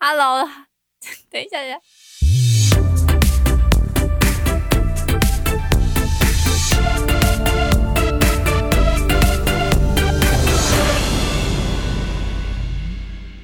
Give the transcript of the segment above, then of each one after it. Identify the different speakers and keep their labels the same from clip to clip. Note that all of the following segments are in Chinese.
Speaker 1: Hello，等一下，等一下。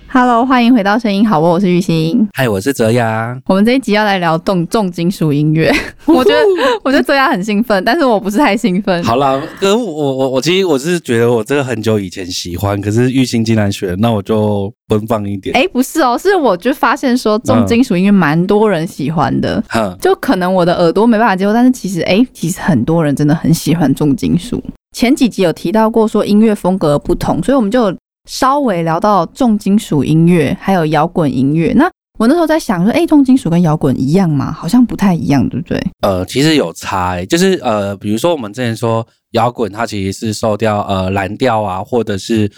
Speaker 2: Hello，欢迎回到声音好我，我是玉兴。
Speaker 3: 嗨，我是泽呀。
Speaker 2: 我们这一集要来聊重重金属音乐，我觉得我觉得泽雅很兴奋，但是我不是太兴奋。
Speaker 3: 好啦，可是我我我其实我是觉得我这个很久以前喜欢，可是玉兴竟然选，那我就奔放一点。
Speaker 2: 哎，不是哦，是我就发现说重金属音乐蛮多人喜欢的，
Speaker 3: 哼，
Speaker 2: 就可能我的耳朵没办法接受，但是其实哎，其实很多人真的很喜欢重金属。前几集有提到过说音乐风格不同，所以我们就有稍微聊到重金属音乐还有摇滚音乐。那我那时候在想说，哎，重金属跟摇滚一样吗？好像不太一样，对不对？
Speaker 3: 呃，其实有差、欸，就是呃，比如说我们之前说摇滚，它其实是受掉呃蓝调啊，或者是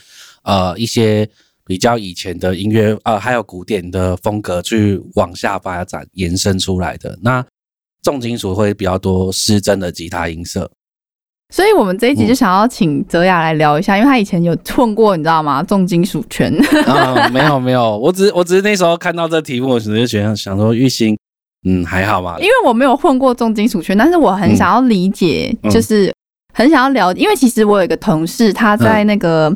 Speaker 3: 呃一些比较以前的音乐，呃，还有古典的风格去往下发展延伸出来的。那重金属会比较多失真的吉他音色，
Speaker 2: 所以我们这一集就想要请泽雅来聊一下，因为他以前有混过，你知道吗？重金属圈。
Speaker 3: 啊，没有没有，我只我只是那时候看到这题目，我只是觉得想说玉兴，嗯，还好嘛
Speaker 2: 因，为我没有混过重金属圈，但是我很想要理解，
Speaker 3: 嗯
Speaker 2: 就是很想要聊，因为其实我有一个同事，他在那个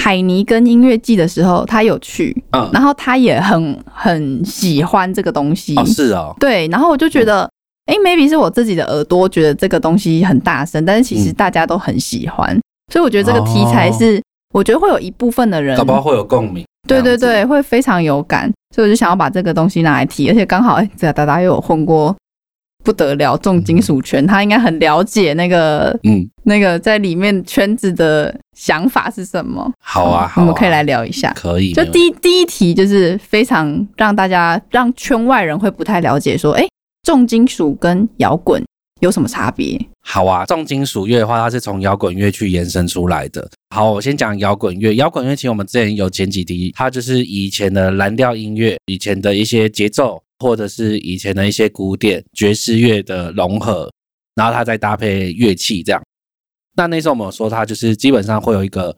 Speaker 2: 海尼根音乐季的时候，他有去，
Speaker 3: 嗯，
Speaker 2: 然后他也很很喜欢这个东西。
Speaker 3: 哦是嗯哦，
Speaker 2: 对，然后我就觉得，诶 m a y b e 是我自己的耳朵觉得这个东西很大声，但是其实
Speaker 3: 嗯
Speaker 2: 大家都很喜欢，所以我觉得这个题材
Speaker 3: 哦
Speaker 2: 是，我觉得会有一部分的人
Speaker 3: 搞不好会有共鸣，
Speaker 2: 对对
Speaker 3: 这样子
Speaker 2: 对，，会非常有感，所以我就想要把这个东西拿来提，而且刚好哎，这达达又有混过不得了重金属圈，他应该很了解那个
Speaker 3: 嗯，
Speaker 2: 那个在里面圈子的想法是什么。嗯
Speaker 3: 好啊，好啊
Speaker 2: 我们可以来，聊一下。
Speaker 3: 可以，
Speaker 2: 就
Speaker 3: 没问题
Speaker 2: 第一第一题就是非常让大家让圈外人会不太了解说，哎，重金属跟摇滚有什么差别？
Speaker 3: 好啊，重金属乐的话，它是从摇滚乐去延伸出来的。好，我先讲摇滚乐。摇滚乐其实我们之前有前几题，它就是以前的蓝调音乐、以前的一些节奏，或者是以前的一些古典爵士乐的融合，然后它再搭配乐器这样。那那时候我们有说，它就是基本上会有一个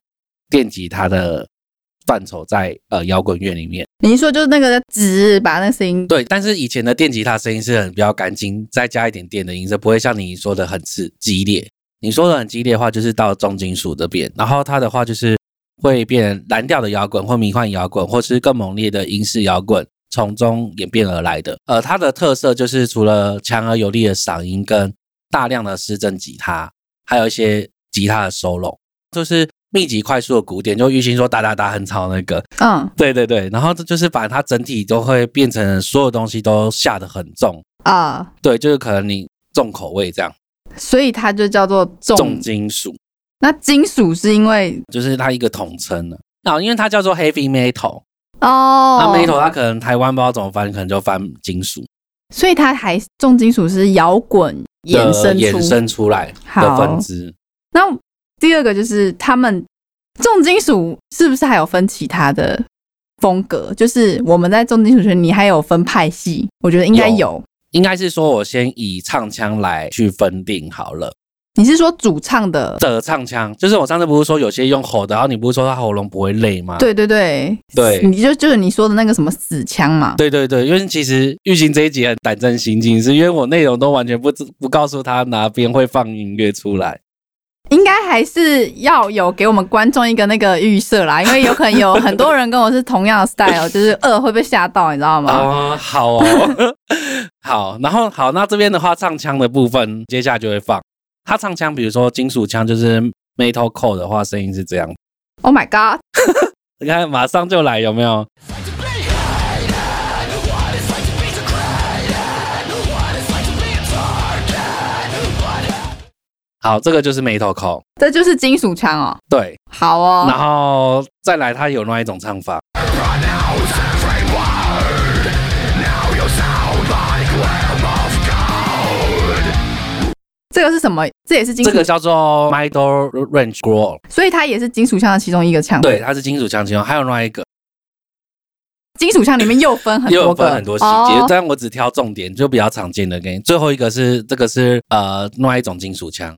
Speaker 3: 电吉他的范畴在呃摇滚乐里面。
Speaker 2: 你说就是那个纸把那声音
Speaker 3: 对，但是以前的电吉他声音是很比较干净，再加一点电的音色，不会像你说的很刺激烈。你说的很激烈的话，就是到重金属这边，然后它的话就是会变蓝调的摇滚，或迷幻摇滚，或是更猛烈的英式摇滚，从中演变而来的。呃，它的特色就是除了强而有力的嗓音跟大量的失真吉他，还有一些吉他的 solo，就是密集快速的鼓点，就玉兴说哒哒哒很吵那个，
Speaker 2: 嗯
Speaker 3: 对对对，然后这就是把它整体都会变成所有东西都下得很重，
Speaker 2: 啊、
Speaker 3: 对，就是可能你重口味这样，
Speaker 2: 所以它就叫做重
Speaker 3: 重金属
Speaker 2: 那金属是因为
Speaker 3: 就是它一个统称了。那、因为它叫做 heavy metal，那、
Speaker 2: 哦
Speaker 3: metal 它可能台湾不知道怎么翻，可能就翻金属
Speaker 2: 所以它还重金属是摇滚
Speaker 3: 的
Speaker 2: 衍生出。
Speaker 3: 衍生出来的
Speaker 2: 好
Speaker 3: 分支。
Speaker 2: 那第二个就是他们重金属是不是还有分其他的风格？就是我们在重金属圈，你还有分派系，我觉得应该有。
Speaker 3: 有应该是说，我先以唱腔来去分定好了。
Speaker 2: 你是说主唱的？
Speaker 3: 的唱腔，就是我上次不是说有些用吼的，然后你不是说他喉咙不会累吗？
Speaker 2: 对对对，
Speaker 3: 对
Speaker 2: 你就就是你说的那个什么死腔嘛。
Speaker 3: 对对对，因为其实玉兴这一集很胆战心惊，是因为我内容都完全不知不告诉他哪边会放音乐出来。
Speaker 2: 应该还是要有给我们观众一个那个预设啦，因为有可能有很多人跟我是同样的 style，就是二会被吓到，你知道吗？
Speaker 3: 啊、好哦，好，然后好，那这边的话，唱腔的部分，接下来就会放。他唱腔，比如说金属腔，就是 metal core 的话，声音是这样。
Speaker 2: Oh my god！
Speaker 3: 你看，马上就来，有没有？好，这个就是 metal core，
Speaker 2: 这就是金属腔哦。
Speaker 3: 对。
Speaker 2: 好
Speaker 3: 然
Speaker 2: 哦，
Speaker 3: 后再来，他有另外一种唱法。
Speaker 2: 这个是什么？这也是金
Speaker 3: 这
Speaker 2: 属，
Speaker 3: 个叫做 Middle Range Growl，
Speaker 2: 所以它也是金属腔的其中一个腔。
Speaker 3: 对，，它是金属腔其中，还有另外一个，
Speaker 2: 金属腔里面又分很
Speaker 3: 也
Speaker 2: 多
Speaker 3: 有
Speaker 2: 个，
Speaker 3: 分很多细节，
Speaker 2: 哦
Speaker 3: 但我只挑重点，就比较常见的给你。最后一个是这个是呃另外一种金属腔，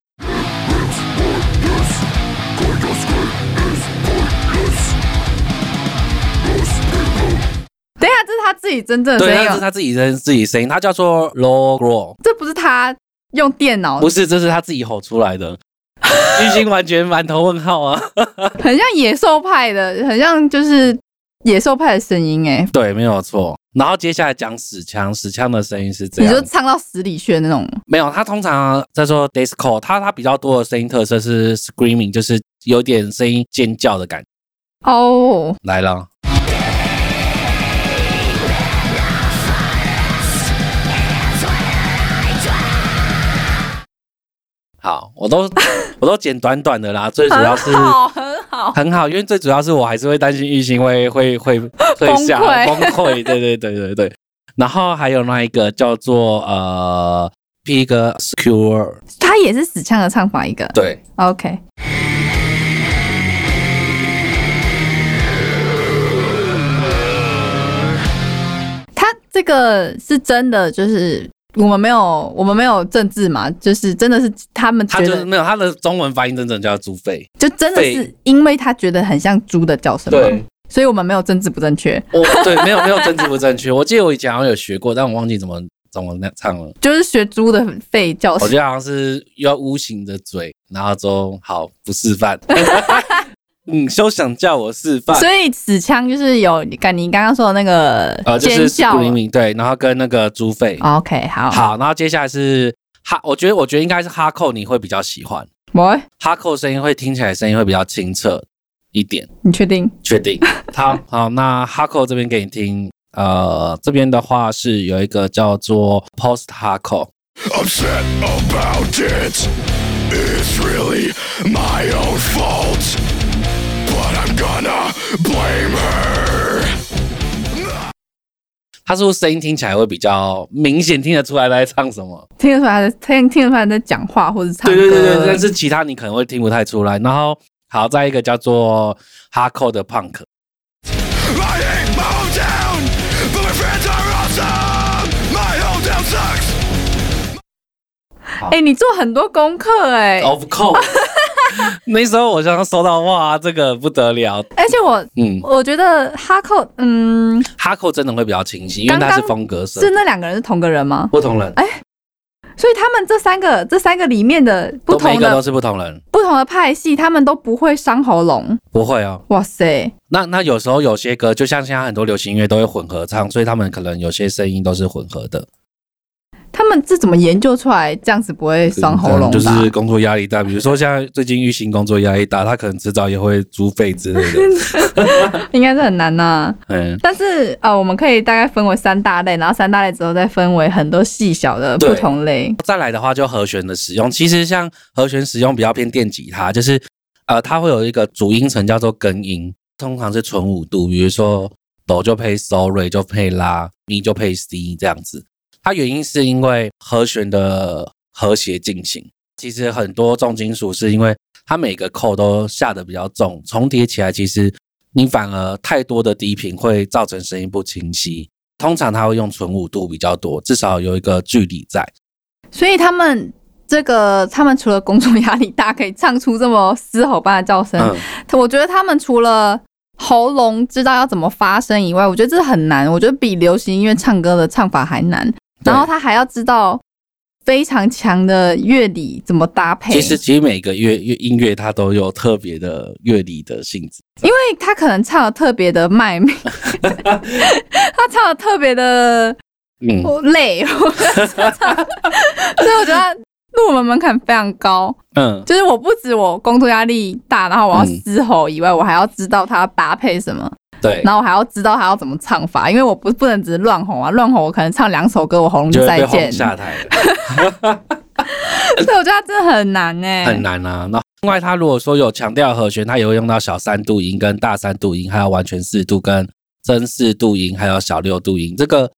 Speaker 2: 等一下，这是他自己真正的
Speaker 3: 对，
Speaker 2: 声音
Speaker 3: 那是
Speaker 2: 哦，
Speaker 3: 他自己的自己声音，他叫做 Low Grow，
Speaker 2: 这不是他用电脑，
Speaker 3: 不是，这是他自己吼出 来的。巨星完全满头问号啊！
Speaker 2: 很像野兽派的，很像就是野兽派的声音哎。
Speaker 3: 对，没有错。然后接下来讲死腔，死腔的声音是这
Speaker 2: 你
Speaker 3: 样
Speaker 2: 就，唱到死里去的那种，
Speaker 3: 没有，他通常在说 disco，他他比较多的声音特色是 screaming，就是有点声音尖叫的感觉。
Speaker 2: 哦，
Speaker 3: 来了，好，我 都我都剪短短的啦，最主要是
Speaker 2: 很好，很好，
Speaker 3: 很好，因为最主要是我还是会担心玉兴会会会会下
Speaker 2: 崩溃
Speaker 3: 崩溃，对对对对对。然后还有那一个叫做呃 Pig Skewer，
Speaker 2: 他也是死腔的唱法一个
Speaker 3: 对，
Speaker 2: ，OK，他这个是真的，就是我们没有，我们没有政治嘛，就是真的是他们
Speaker 3: 他
Speaker 2: 觉
Speaker 3: 就是
Speaker 2: 得，
Speaker 3: 没有他的中文发音真正叫猪肺，
Speaker 2: 就真的
Speaker 3: 对
Speaker 2: 是因为他觉得很像猪的叫声，，，所以我们没有政治不正确，
Speaker 3: 嗯我对没有没有政治不正确，我记得我以前好像有学过，但我忘记怎么怎么那唱了，
Speaker 2: 就是学猪的肺叫
Speaker 3: 我
Speaker 2: 声
Speaker 3: 觉。得好像哦是要无形的嘴，然后就好不示范， 嗯，休想叫我示范。
Speaker 2: 所以死腔就是有，你刚你刚刚说的那
Speaker 3: 呃，
Speaker 2: 个
Speaker 3: 就
Speaker 2: 尖
Speaker 3: 是
Speaker 2: 叫、哦
Speaker 3: screaming 对，然后跟那个猪肺，
Speaker 2: OK，好，，
Speaker 3: 好，然后接下来是哈，我觉得我觉得应该是哈扣你会比较喜欢，
Speaker 2: 喂，
Speaker 3: 哈扣声音会听起来声音会比较清澈一点，
Speaker 2: 你确定？
Speaker 3: 确 定？好好，那哈扣这边给你听，呃，这边的话是有一个叫做 post 哈扣，
Speaker 4: upset about it. It's really my own fault. But I'm gonna blame her.
Speaker 3: 它是不是声音听起来会比较明显听得出来在唱什么？
Speaker 2: 听得出来的，听听得出来在讲话或者唱歌。
Speaker 3: 对对对对，但是其他你可能会听不太出来。然后好，再一个叫做哈扣的 punk，
Speaker 4: I hate my hometown, but my friends are awesome. My hometown sucks.
Speaker 2: 哎、你做很多功课哎、
Speaker 3: Of course，那时候我刚刚收到，哇，这个不得了，
Speaker 2: 而且我
Speaker 3: 嗯，
Speaker 2: 我觉得哈扣，嗯，
Speaker 3: 哈扣真的会比较清晰，因为
Speaker 2: 刚刚
Speaker 3: 它是风格声
Speaker 2: 是，那两个人是同个人吗？
Speaker 3: 不同人，
Speaker 2: 所以他们这三个这三个里面的不
Speaker 3: 都每一
Speaker 2: 同
Speaker 3: 个都
Speaker 2: 的
Speaker 3: 是不同人，
Speaker 2: 不同的派系，他们都不会伤喉咙。
Speaker 3: 不会哦。
Speaker 2: 哇塞，
Speaker 3: 那那有时候有些歌，就像现在很多流行音乐都会混合唱，所以他们可能有些声音都是混合的，
Speaker 2: 他们这怎么研究出来这样子不会伤喉咙
Speaker 3: 嗯就
Speaker 2: 的啊？
Speaker 3: 是工作压力大。比如说像最近玉兴工作压力大，他可能迟早也会猪肺之类 的。
Speaker 2: 应该是很难呐、
Speaker 3: 嗯，
Speaker 2: 但是呃，我们可以大概分为三大类，然后三大类之后再分为很多细小的
Speaker 3: 对
Speaker 2: 不同类。
Speaker 3: 再来的话就和弦的使用，其实像和弦使用比较偏电吉他，就是呃，它会有一个主音层叫做根音，通常是纯五度，比如说哆就配嗦，瑞就配拉，咪就配 C 这样子。它原因是因为和弦的和谐进行，其实很多重金属是因为它每个扣都下的比较重，重叠起来，其实你反而太多的低频会造成声音不清晰。通常它会用纯五度比较多，至少有一个距离在。
Speaker 2: 所以他们这个，他们除了工作压力大，可以唱出这么嘶吼般的叫声，
Speaker 3: 嗯，
Speaker 2: 我觉得他们除了喉咙知道要怎么发声以外，我觉得这很难，我觉得比流行音乐唱歌的唱法还难。
Speaker 3: 对
Speaker 2: 然后他还要知道非常强的乐理怎么搭配，
Speaker 3: 其实，其实每个乐乐音乐它都有特别的乐理的性质，
Speaker 2: 因为他可能唱的特别的卖 命，他唱的特别的
Speaker 3: 嗯，
Speaker 2: 哦累， 所以我觉得入门门槛非常高。
Speaker 3: 嗯，
Speaker 2: 就是我不止我工作压力大，然后我要
Speaker 3: 嗯
Speaker 2: 嘶吼以外，我还要知道它搭配什么，
Speaker 3: 对，
Speaker 2: 然后我还要知道它要怎么唱法，因为我不不能只是乱吼啊，乱吼我可能唱两首歌我喉咙
Speaker 3: 就
Speaker 2: 就
Speaker 3: 会
Speaker 2: 再
Speaker 3: 被
Speaker 2: 见
Speaker 3: 轰，下台了，
Speaker 2: 所以我觉得它真的很难哎、
Speaker 3: 很难啊。那另外，它如果说有强调和弦，它也会用到小三度音、跟大三度音，还有完全四度、跟真四度音，还有小六度音。这个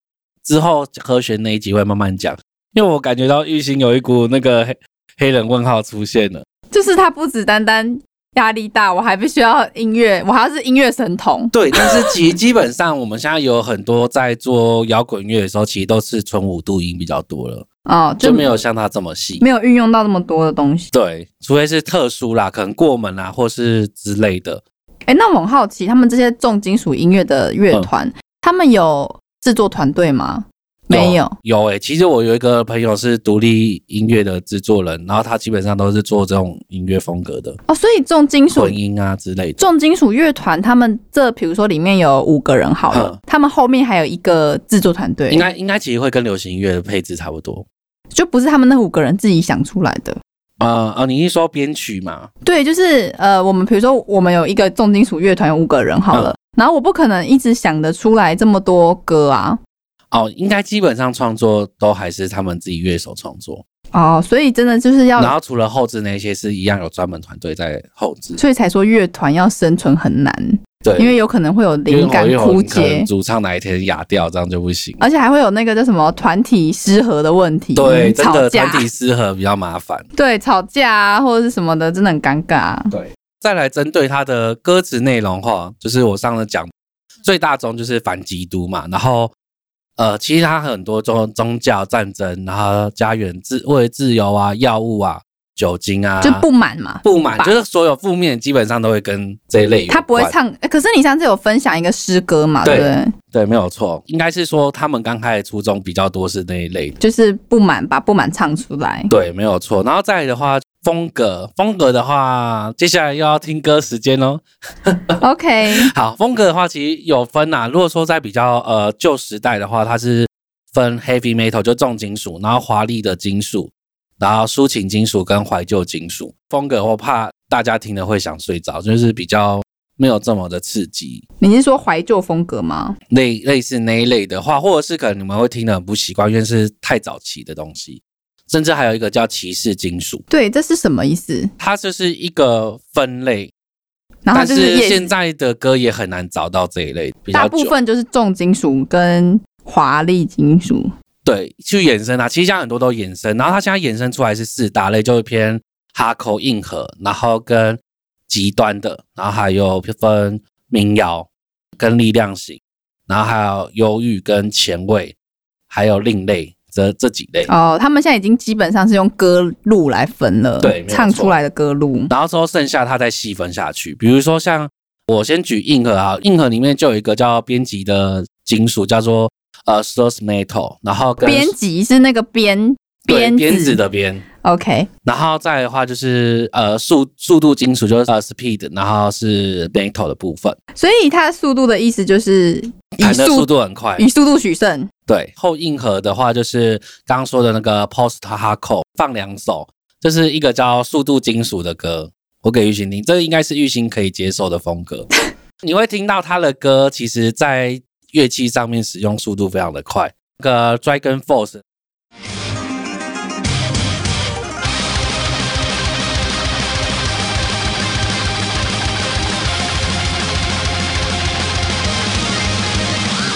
Speaker 3: 之后和弦那一集会慢慢讲，因为我感觉到玉兴有一股那个 黑黑人问号出现了。
Speaker 2: 就是它不只单单压力大，我还必须要音乐，我还要是音乐神童，
Speaker 3: 对，但是其实基本上我们现在有很多在做摇滚乐的时候，其实都是纯五度音比较多了，
Speaker 2: 哦，
Speaker 3: 就没有像它这么细。
Speaker 2: 没有运用到那么多的东西。
Speaker 3: 对，除非是特殊啦，可能过门啦，或是之类的。
Speaker 2: 哎、那我很好奇，他们这些重金属音乐的乐团，他们有制作团队吗？没有，
Speaker 3: 嗯有诶、其实我有一个朋友是独立音乐的制作人，然后他基本上都是做这种音乐风格的
Speaker 2: 哦，所以重金属
Speaker 3: 混音啊之类的。
Speaker 2: 重金属乐团，他们这比如说里面有五个人好了
Speaker 3: 嗯，
Speaker 2: 他们后面还有一个制作团队，
Speaker 3: 应该应该其实会跟流行音乐的配置差不多。
Speaker 2: 就不是他们那五个人自己想出来的。
Speaker 3: 呃呃，你一说编曲嘛，
Speaker 2: 对，就是呃，我们比如说我们有一个重金属乐团有五个人好
Speaker 3: 嗯
Speaker 2: 了，然后我不可能一直想得出来这么多歌啊，
Speaker 3: 哦，应该基本上创作都还是他们自己乐手创作，
Speaker 2: 哦，所以真的就是要
Speaker 3: 然后除了后置那些是一样有专门团队在后置。
Speaker 2: 所以才说乐团要生存很难，
Speaker 3: 对，
Speaker 2: 因为有可能会有灵感
Speaker 3: 因为我
Speaker 2: 枯
Speaker 3: 因为我可能
Speaker 2: 竭，
Speaker 3: 主唱哪一天哑掉，这样就不行。
Speaker 2: 而且还会有那个叫什么团体失和的问题，
Speaker 3: 对，
Speaker 2: 嗯
Speaker 3: 真
Speaker 2: 吵
Speaker 3: 的
Speaker 2: 架
Speaker 3: 团，体失和比较麻烦。
Speaker 2: 对，吵架啊或者是什么的，真的很尴尬。啊
Speaker 3: 对，再来针对它的歌词内容的话，就是我上次讲最大宗就是反基督嘛，然后呃，其实它很多宗宗教战争，然后家园自为了自由啊、药物啊、酒精啊，
Speaker 2: 就不满嘛，
Speaker 3: 不满，
Speaker 2: 吧
Speaker 3: 就是所有负面基本上都会跟这一类有
Speaker 2: 他不会
Speaker 3: 关
Speaker 2: 唱、诶可是你上次有分享一个诗歌嘛，对
Speaker 3: 对
Speaker 2: 不对？
Speaker 3: 对，没有错，应该是说他们刚开始初衷比较多是那一类的。
Speaker 2: 就是不满，把不满唱出来。
Speaker 3: 对，没有错。然后再来的话，风格，风格的话，接下来又要听歌时间喽。
Speaker 2: OK，
Speaker 3: 好，风格的话其实有分呐、如果说在比较呃旧时代的话，它是分 heavy metal 就重金属，然后华丽的金属，然后抒情金属跟怀旧金属。风格我怕大家听了会想睡着，就是比较没有这么的刺激。
Speaker 2: 你是说怀旧风格吗？
Speaker 3: 类类似那一类的话，或者是可能你们会听得很不习惯，因为是太早期的东西。甚至还有一个叫骑士金属，
Speaker 2: 对，这是什么意思？
Speaker 3: 它就是一个分类，
Speaker 2: 然后
Speaker 3: 但
Speaker 2: 就是也
Speaker 3: 现在的歌也很难找到这一类，比较
Speaker 2: 大部
Speaker 3: 久
Speaker 2: 分就是重金属跟华丽金属。
Speaker 3: 对，去衍生它。其实现在很多都衍生，然后它现在衍生出来是四大类，就是偏哈口硬核，然后跟极端的，然后还有分民谣跟力量型，然后还有忧郁跟前卫，还有另类这这几类。
Speaker 2: 哦，他们现在已经基本上是用歌路来分了，
Speaker 3: 对没有错
Speaker 2: 唱出来的歌路。
Speaker 3: 然后之后剩下它再细分下去，比如说像我先举硬核啊，硬核里面就有一个叫编辑的金属叫做呃 s o u r c e metal，然后跟
Speaker 2: 编辑是那个编
Speaker 3: 对
Speaker 2: 编
Speaker 3: 编子的编，
Speaker 2: OK，
Speaker 3: 然后再的话就是呃速速度金属就是呃 speed，然后是 metal 的部分，
Speaker 2: 所以它速度的意思就是以
Speaker 3: 弹的速
Speaker 2: 速
Speaker 3: 度很快。
Speaker 2: 以速度取胜。
Speaker 3: 对，后硬核的话就是刚刚说的那个 post hardcore，放两首，这是一个叫速度金属的歌，我给玉兴听，这应该是玉兴可以接受的风 格。你会听到他的歌，其实在乐器上面使用速度非常的快，那个 Dragon Force。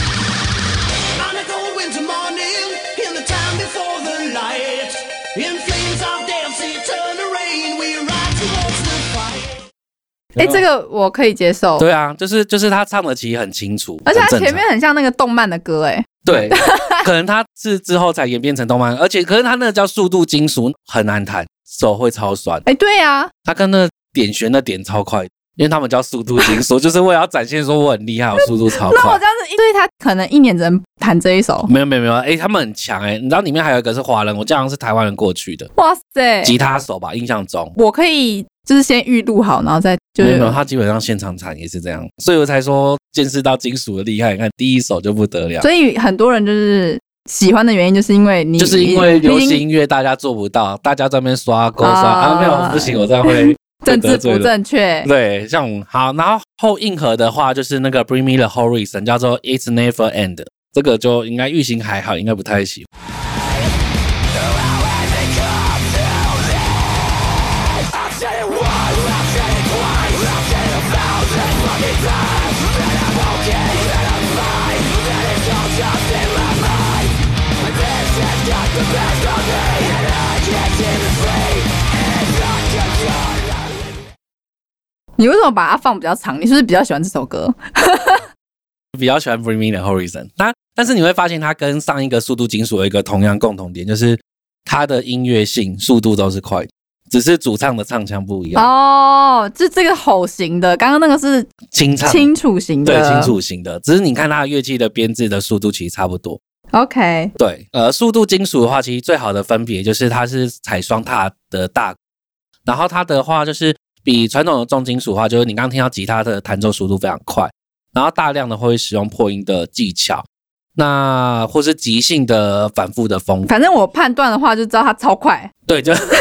Speaker 5: On a cold winter morning, in the time before the light, in flames of death's eternal rain, we ride towards the fight.
Speaker 2: 哎、这个我可以接受，
Speaker 3: 啊对啊，就是就是他唱的其实很清楚，
Speaker 2: 而且它
Speaker 3: 很正
Speaker 2: 前
Speaker 3: 常
Speaker 2: 面很像那个动漫的歌，哎，
Speaker 3: 对，可能它是之后才演变成动漫，而且可是它那个叫速度金属很难弹，手会超酸。
Speaker 2: 哎，对啊，
Speaker 3: 它跟那个点旋的点超快，因为他们叫速度金属，就是为了要展现说我很厉害，我速度超
Speaker 2: 那我
Speaker 3: 快
Speaker 2: 这。样子一对他可能一年只能弹这一首，
Speaker 3: 没有没有没有，哎、他们很强哎、你知道里面还有一个是华人，我记得好像是台湾人过去的
Speaker 2: 哇塞，
Speaker 3: 吉他手吧，印象中。
Speaker 2: 我可以就是先预录好，然后再就
Speaker 3: 没有
Speaker 2: 是
Speaker 3: 没有，他基本上现场弹也是这样，所以我才说见识到金属的厉害。你看第一首就不得了，
Speaker 2: 所以很多人就是喜欢的原因，就是因为你
Speaker 3: 就是因为流
Speaker 2: 已
Speaker 3: 行
Speaker 2: 经
Speaker 3: 音乐大家做不到，大家在那边刷勾刷
Speaker 2: 啊
Speaker 3: 啊，没有不行，我这样会
Speaker 2: 政治
Speaker 3: 得罪
Speaker 2: 不
Speaker 3: 人
Speaker 2: 正确，
Speaker 3: 对，像我们好，然后后硬核的话就是那个 Bring Me the Horizon，叫做 It's Never End，这个就应该运行还好，应该不太喜欢。
Speaker 2: 你为什么把它放比较长？你是不是比较喜欢这首歌？
Speaker 3: 比较喜欢 Bring Me the Horizon，那但是你会发现它跟上一个速度金属有一个同样共同点，就是它的音乐性速度都是快的，只是主唱的唱腔不一样，
Speaker 2: 哦，就这个吼型的，刚刚那个是
Speaker 3: 清唱
Speaker 2: 清楚型的，
Speaker 3: 对清。楚型的，只是你看它的乐器的编制的速度其实差不多。
Speaker 2: OK，
Speaker 3: 对，呃，速度金属的话，其实最好的分别就是它是踩双踏的大，然后它的话就是比传统的重金属的话，就是你刚刚听到吉他的弹奏速度非常快，然后大量的会使用破音的技巧，那或是即兴的反复的风格，
Speaker 2: 反正我判断的话就知道他超快，
Speaker 3: 对，就
Speaker 2: 他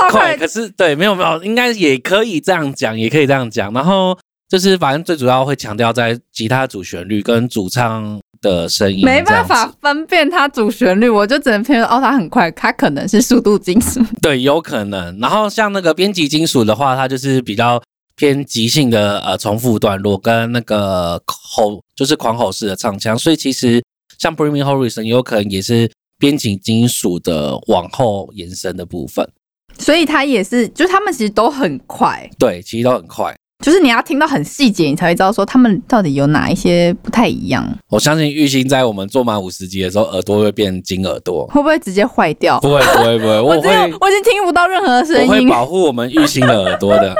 Speaker 2: 超
Speaker 3: 快，
Speaker 2: 快
Speaker 3: 可是对，没有没有，应该也可以这样讲，也可以这样讲。然后就是反正最主要会强调在吉他主旋律跟主唱的声音，
Speaker 2: 没办
Speaker 3: 这样
Speaker 2: 法
Speaker 3: 子
Speaker 2: 分辨它主旋律，我就只能判断哦，它很快，它可能是速度金属。
Speaker 3: 对，有可能。然后像那个编辑金属的话，它就是比较偏即兴的呃重复段落跟那个吼，就是狂吼式的唱腔。所以其实像 Bring Me Horizon 有可能也是编辑金属的往后延伸的部分。
Speaker 2: 所以它也是，就是他们其实都很快，
Speaker 3: 对，其实都很快。
Speaker 2: 就是你要听到很细节，你才会知道说他们到底有哪一些不太一样，
Speaker 3: 我相信玉兴在我们做满五十集的时候，耳朵会变金耳朵。
Speaker 2: 会不会直接坏掉？
Speaker 3: 不会，不会，不会，
Speaker 2: 我
Speaker 3: 我
Speaker 2: 只
Speaker 3: 会
Speaker 2: 有，我已经听不到任何声
Speaker 3: 我会
Speaker 2: 音。
Speaker 3: 保护我们玉兴的耳朵 的。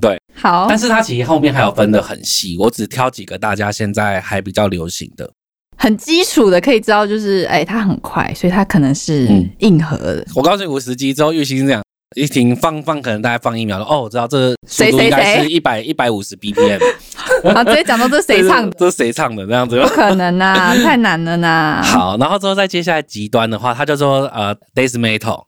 Speaker 3: 对，
Speaker 2: 好，
Speaker 3: 但是它其实后面还有分得很细，我只挑几个大家现在还比较流行的。
Speaker 2: 很基础的可以知道，就是哎，它很快，所以它可能是
Speaker 3: 嗯
Speaker 2: 硬核 的。
Speaker 3: 我告诉你五十集之后，玉兴是这样，一停放放，可能大概放一秒钟，哦，我知道这速
Speaker 2: 谁
Speaker 3: 度
Speaker 2: 谁
Speaker 3: 应该是
Speaker 2: 谁
Speaker 3: 一百一百五十 BPM。
Speaker 2: 好，直接讲到这是 谁唱的？
Speaker 3: 这是谁唱的？这 样子。
Speaker 2: 不可能 呐、太难了呐！
Speaker 3: 好，然后之后再接下来极端的话，它叫做呃 death metal，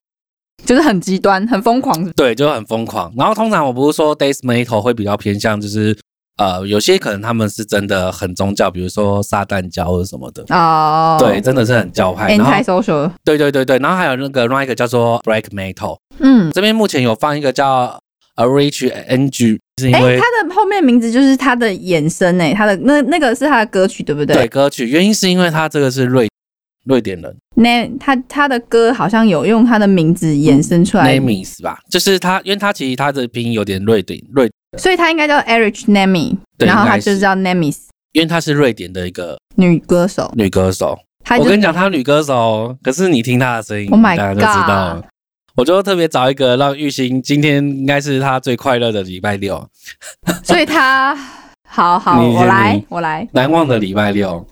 Speaker 2: 就是很极端、很疯狂，
Speaker 3: 对，就很疯狂。然后通常我不是说 death metal 会比较偏向就是呃有些可能他们是真的很宗教，比如说撒旦教或者什么的。
Speaker 2: 哦，
Speaker 3: 对，真的是很教派。然后
Speaker 2: ，anti-social，
Speaker 3: 对对对对，然后还有那个另外一个叫做 black metal，
Speaker 2: 嗯，
Speaker 3: 这边目前有放一个叫呃 a rich ng，是因
Speaker 2: 哎、
Speaker 3: 为
Speaker 2: 它的后面名字就是它的衍生哎、它的那那个是它的歌曲对不对？
Speaker 3: 对歌曲，原因是因为他这个是瑞瑞典人
Speaker 2: 那他他的歌好像有用他的名字衍生出
Speaker 3: n a
Speaker 2: 来
Speaker 3: m，i s 吧，就是他，因为他其实他的拼音有点瑞典瑞，
Speaker 2: 所以他应该叫 Erich Nemi，
Speaker 3: 对
Speaker 2: 然后他
Speaker 3: 应该
Speaker 2: 就是是叫 Nemis
Speaker 3: 因为她是瑞典的一个
Speaker 2: 女歌手，
Speaker 3: 女歌手。
Speaker 2: 她就
Speaker 3: 我跟你讲，她女歌手，可是你听她的声音
Speaker 2: Oh my
Speaker 3: 大家就知道了
Speaker 2: God。
Speaker 3: 我就特别找一个让玉兴今天应该是她最快乐的礼拜
Speaker 2: 嗯
Speaker 3: 六，
Speaker 2: 所以他好好，
Speaker 3: 你
Speaker 2: 我来
Speaker 3: 你
Speaker 2: 我来，
Speaker 3: 难忘的礼拜六。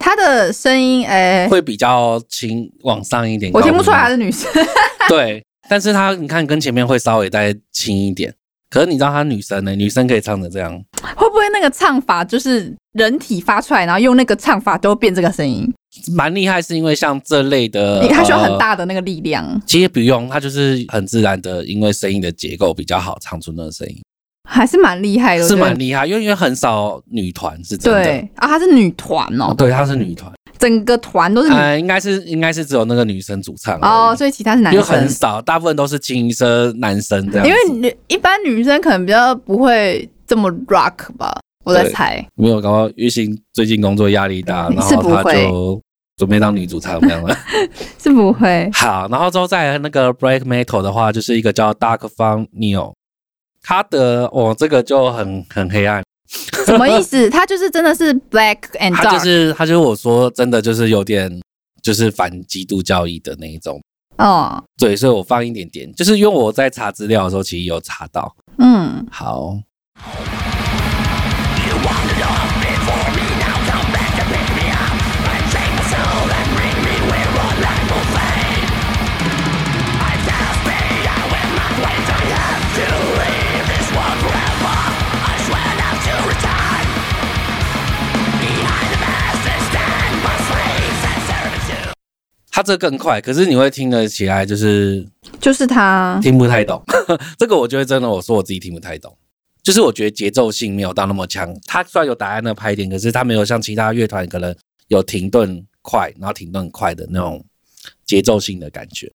Speaker 2: 她的声音哎、
Speaker 3: 会比较轻往上一点，
Speaker 2: 我听不出来她
Speaker 3: 高
Speaker 2: 是女生，
Speaker 3: 音。对，但是她你看跟前面会稍微再轻一点。可是你知道她女生呢？女生可以唱成这样，
Speaker 2: 会不会那个唱法就是人体发出来，然后用那个唱法都会变这个声音？
Speaker 3: 蛮厉害，是因为像这类的，
Speaker 2: 它需要很
Speaker 3: 呃
Speaker 2: 大的那个力量。
Speaker 3: 其实不用，它就是很自然的，因为声音的结构比较好，唱出那个声音
Speaker 2: 还是蛮厉害的，我
Speaker 3: 是
Speaker 2: 觉得
Speaker 3: 蛮厉害。因为因为很少女团是真的，
Speaker 2: 对啊，她是女团
Speaker 3: 哦
Speaker 2: 哦，
Speaker 3: 对，她是女团，
Speaker 2: 整个团都是女
Speaker 3: 呃，应该是应该是只有那个女生主唱
Speaker 2: 嗯哦，
Speaker 3: 而已，
Speaker 2: 所以其他是男
Speaker 3: 因为
Speaker 2: 生
Speaker 3: 很，少，大部分都是轻音声男生这样子，
Speaker 2: 因为女一般女生可能比较不会这么 rock 吧，我在
Speaker 3: 对
Speaker 2: 猜。
Speaker 3: 没有搞到玉兴最近工作压力大，然
Speaker 2: 嗯是不
Speaker 3: 后她
Speaker 2: 会
Speaker 3: 就准备当女主唱这样了。
Speaker 2: 是不会，
Speaker 3: 好，然后之后再来那个 break metal 的话，就是一个叫 Dark Fun Neo，他的哦这个就很很黑暗，
Speaker 2: 什么意思？ 他就是真的是 black and
Speaker 3: 他
Speaker 2: dark，、
Speaker 3: 就是他就是我说真的就是有点就是反基督教义的那一种，
Speaker 2: 哦，
Speaker 3: 对，所以我放一点点，就是因为我在查资料的时候其实有查到，
Speaker 2: 嗯，
Speaker 3: 好。他这更快，可是你会听得起来，就是
Speaker 2: 就是他，
Speaker 3: 听不太懂。 这个我觉得真的，我说我自己听不太懂，就是我觉得节奏性没有到那么强。它虽然有打在那拍点，可是它没有像其他乐团可能有停顿快，然后停顿快的那种节奏性的感觉。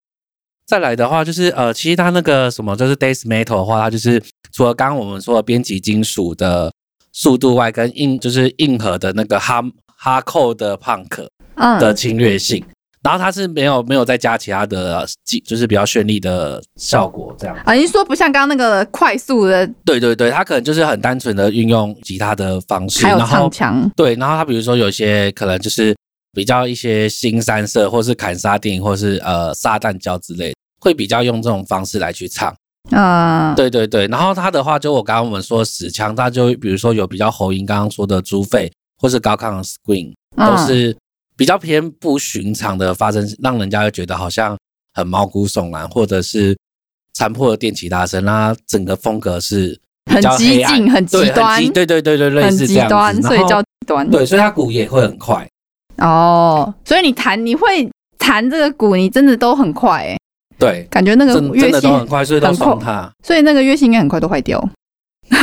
Speaker 3: 再来的话，就是呃，其实它那个什么，就是 death metal 的话，它就是除了刚刚我们说的编辑金属的速度外，跟硬就是硬核的那个哈哈扣的 punk 的
Speaker 2: 嗯，
Speaker 3: 侵略性。然后它是没有没有再加其他的技，就是比较绚丽的效果这样。
Speaker 2: 啊，你是说不像刚刚那个快速的，
Speaker 3: 对对对，它可能就是很单纯的运用吉他的方式，
Speaker 2: 还有
Speaker 3: 然后
Speaker 2: 唱腔，
Speaker 3: 对，然后他比如说有些可能就是比较一些新三色，或是砍杀电影，或是呃撒旦教之类的，会比较用这种方式来去唱。
Speaker 2: 嗯，
Speaker 3: 对对对，然后他的话就我刚刚我们说死腔，他就比如说有比较喉音，刚刚说的猪肺或是高亢的 scream，都
Speaker 2: 嗯
Speaker 3: 是比较偏不寻常的发生，让人家会觉得好像很毛骨悚然，或者是残破的电吉他声，那整个风格是比
Speaker 2: 很
Speaker 3: 较
Speaker 2: 激
Speaker 3: 黑暗
Speaker 2: 进很极
Speaker 3: 对
Speaker 2: 端
Speaker 3: 极对对对对，类
Speaker 2: 很
Speaker 3: 似这
Speaker 2: 极
Speaker 3: 样子
Speaker 2: 端，
Speaker 3: 然
Speaker 2: 所以
Speaker 3: 后
Speaker 2: 叫极端。
Speaker 3: 对，所以它鼓也会很快。
Speaker 2: 哦，所以你弹你会弹这个鼓，你真的都很快哎、
Speaker 3: 对，
Speaker 2: 感觉那个
Speaker 3: 真真
Speaker 2: 乐
Speaker 3: 的
Speaker 2: 器
Speaker 3: 都，很快，所以都爽它。
Speaker 2: 所以那个乐器应该很快都坏掉。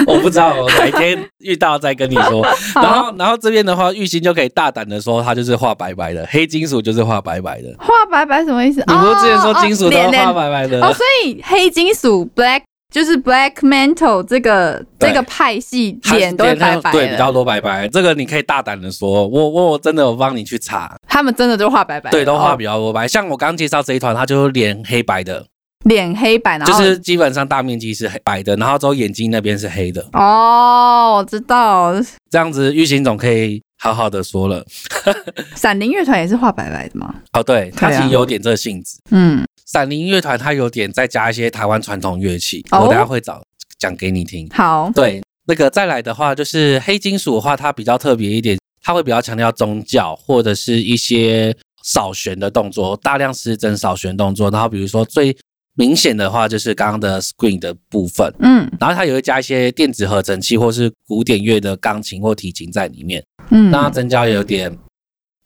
Speaker 3: 我不知道，我哪一天遇到再跟你 说。然后，然后这边的话，玉兴就可以大胆的说，它就是画白白的，黑金属就是画白白的。
Speaker 2: 画白白什么意思？
Speaker 3: 你不是之前说
Speaker 2: 哦
Speaker 3: 金属都
Speaker 2: 哦
Speaker 3: 要
Speaker 2: 脸
Speaker 3: 画白白的？
Speaker 2: 哦，所以黑金属 black 就是 black metal 这个
Speaker 3: 对
Speaker 2: 这个派系
Speaker 3: 它
Speaker 2: 脸都会白白
Speaker 3: 对，比较
Speaker 2: 的，
Speaker 3: 多白白。这个你可以大胆的说，我我我真的有帮你去查，
Speaker 2: 他们真的都画白白的，
Speaker 3: 对，都画
Speaker 2: 哦
Speaker 3: 比较多白。像我刚介绍这一团，它就是脸黑白的，
Speaker 2: 哦脸黑白，然
Speaker 3: 就
Speaker 2: 后
Speaker 3: 是基本上大面积是黑白的，然后之后眼睛那边是黑的，
Speaker 2: 哦，我知道，
Speaker 3: 这样子玉兴总可以好好的说了。
Speaker 2: 闪灵乐团也是画白白的嘛，
Speaker 3: 哦，对，它
Speaker 2: 对啊
Speaker 3: 其实有点这个性质。
Speaker 2: 嗯，
Speaker 3: 闪灵乐团它有点再加一些台湾传统乐器，
Speaker 2: 哦
Speaker 3: 我等一下会找讲给你听。
Speaker 2: 好，
Speaker 3: 对，那个再来的话，就是黑金属的话，它比较特别一点，它会比较强调宗教或者是一些扫弦的动作，大量失真扫弦动作。然后比如说最明显的话，就是刚刚的 screen 的部分，
Speaker 2: 嗯
Speaker 3: 然后它也会加一些电子合成器或是古典乐的钢琴或提琴在里面，
Speaker 2: 嗯，
Speaker 3: 让它增加有点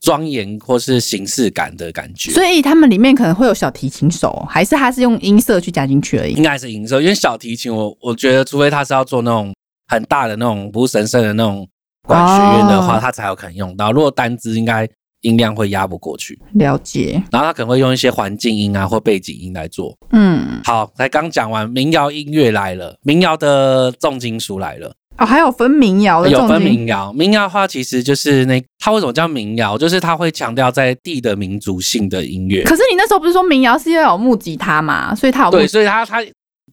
Speaker 3: 庄严或是形式感的感觉。
Speaker 2: 所以他们里面可能会有小提琴手，还是他是用音色去加进去而已
Speaker 3: 应。该是银色，因为小提琴我我觉得，除非他是要做那种很大的那种不是神圣的那种管弦乐的话，
Speaker 2: 哦
Speaker 3: 他才有可能用到。如果单支，应该音量会压不过去，
Speaker 2: 了解，
Speaker 3: 然后他可能会用一些环境音啊或背景音来做。
Speaker 2: 嗯，
Speaker 3: 好，才刚讲完民谣音乐来了，民谣的重金属来了，
Speaker 2: 哦，还有分民谣的
Speaker 3: 有
Speaker 2: 重
Speaker 3: 分
Speaker 2: 金，
Speaker 3: 民谣，民谣的话其实就是那它为什么叫民谣，就是它会强调在地的民族性的音乐，
Speaker 2: 可是你那时候不是说民谣是要有木吉他嘛？所以它有木
Speaker 3: 对，所以它它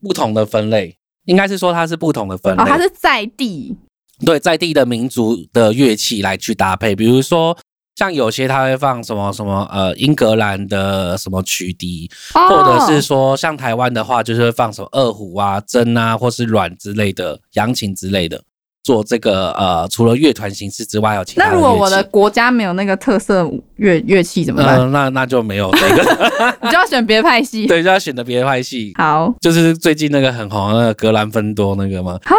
Speaker 3: 不同的分类，应该是说它是不同的分类，
Speaker 2: 哦，它是在地，
Speaker 3: 对在地的民族的乐器来去搭配，比如说像有些他会放什么什么呃英格兰的什么曲笛，
Speaker 2: 哦、
Speaker 3: 或者是说像台湾的话，就是会放什么二胡啊、筝啊，或是阮之类的、扬琴之类的，做这个呃除了乐团形式之外，有其他
Speaker 2: 那
Speaker 3: 的
Speaker 2: 如果
Speaker 3: 乐
Speaker 2: 我的
Speaker 3: 器
Speaker 2: 国家没有那个特色乐乐器怎么办？
Speaker 3: 呃，那那就没有这个，
Speaker 2: 你就要选别的派系。
Speaker 3: 对，就要选择别的派系。
Speaker 2: 好，
Speaker 3: 就是最近那个很红的那个格兰芬多那个吗？
Speaker 2: 哈，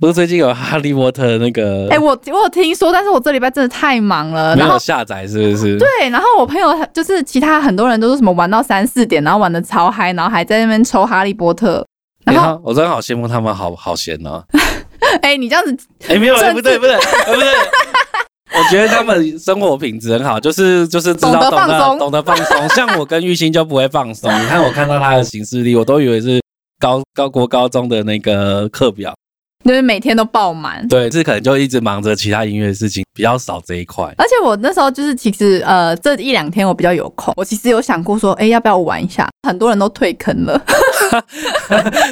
Speaker 3: 不是最近有哈利波特的那个，
Speaker 2: 哎、我我有听说，但是我这礼拜真的太忙了，
Speaker 3: 没
Speaker 2: 然后
Speaker 3: 有下载是不是？
Speaker 2: 对，然后我朋友他就是其他很多人都是什么玩到三四点，然后玩的超嗨，然后还在那边抽哈利波特。然
Speaker 3: 然
Speaker 2: 后，
Speaker 3: 后我真的哎好羡慕他们好，好闲哦。
Speaker 2: 哎、你这样子
Speaker 3: 哎，没有，
Speaker 2: 政治
Speaker 3: 不 对，不对，哎不对。我觉得他们生活品质很好，就是就是知
Speaker 2: 懂
Speaker 3: 道
Speaker 2: 得
Speaker 3: 懂
Speaker 2: 放
Speaker 3: 得
Speaker 2: 松
Speaker 3: 懂得放 松。像我跟玉兴就不会放松，你看我看到他的行事历，我都以为是高高国高中的那个课表，
Speaker 2: 就是每天都爆满。
Speaker 3: 对，这可能就一直忙着其他音乐的事情，比较少这一块。
Speaker 2: 而且我那时候就是，其实呃，这一两天我比较有空，我其实有想过说，哎、要不要玩一下？很多人都退坑了，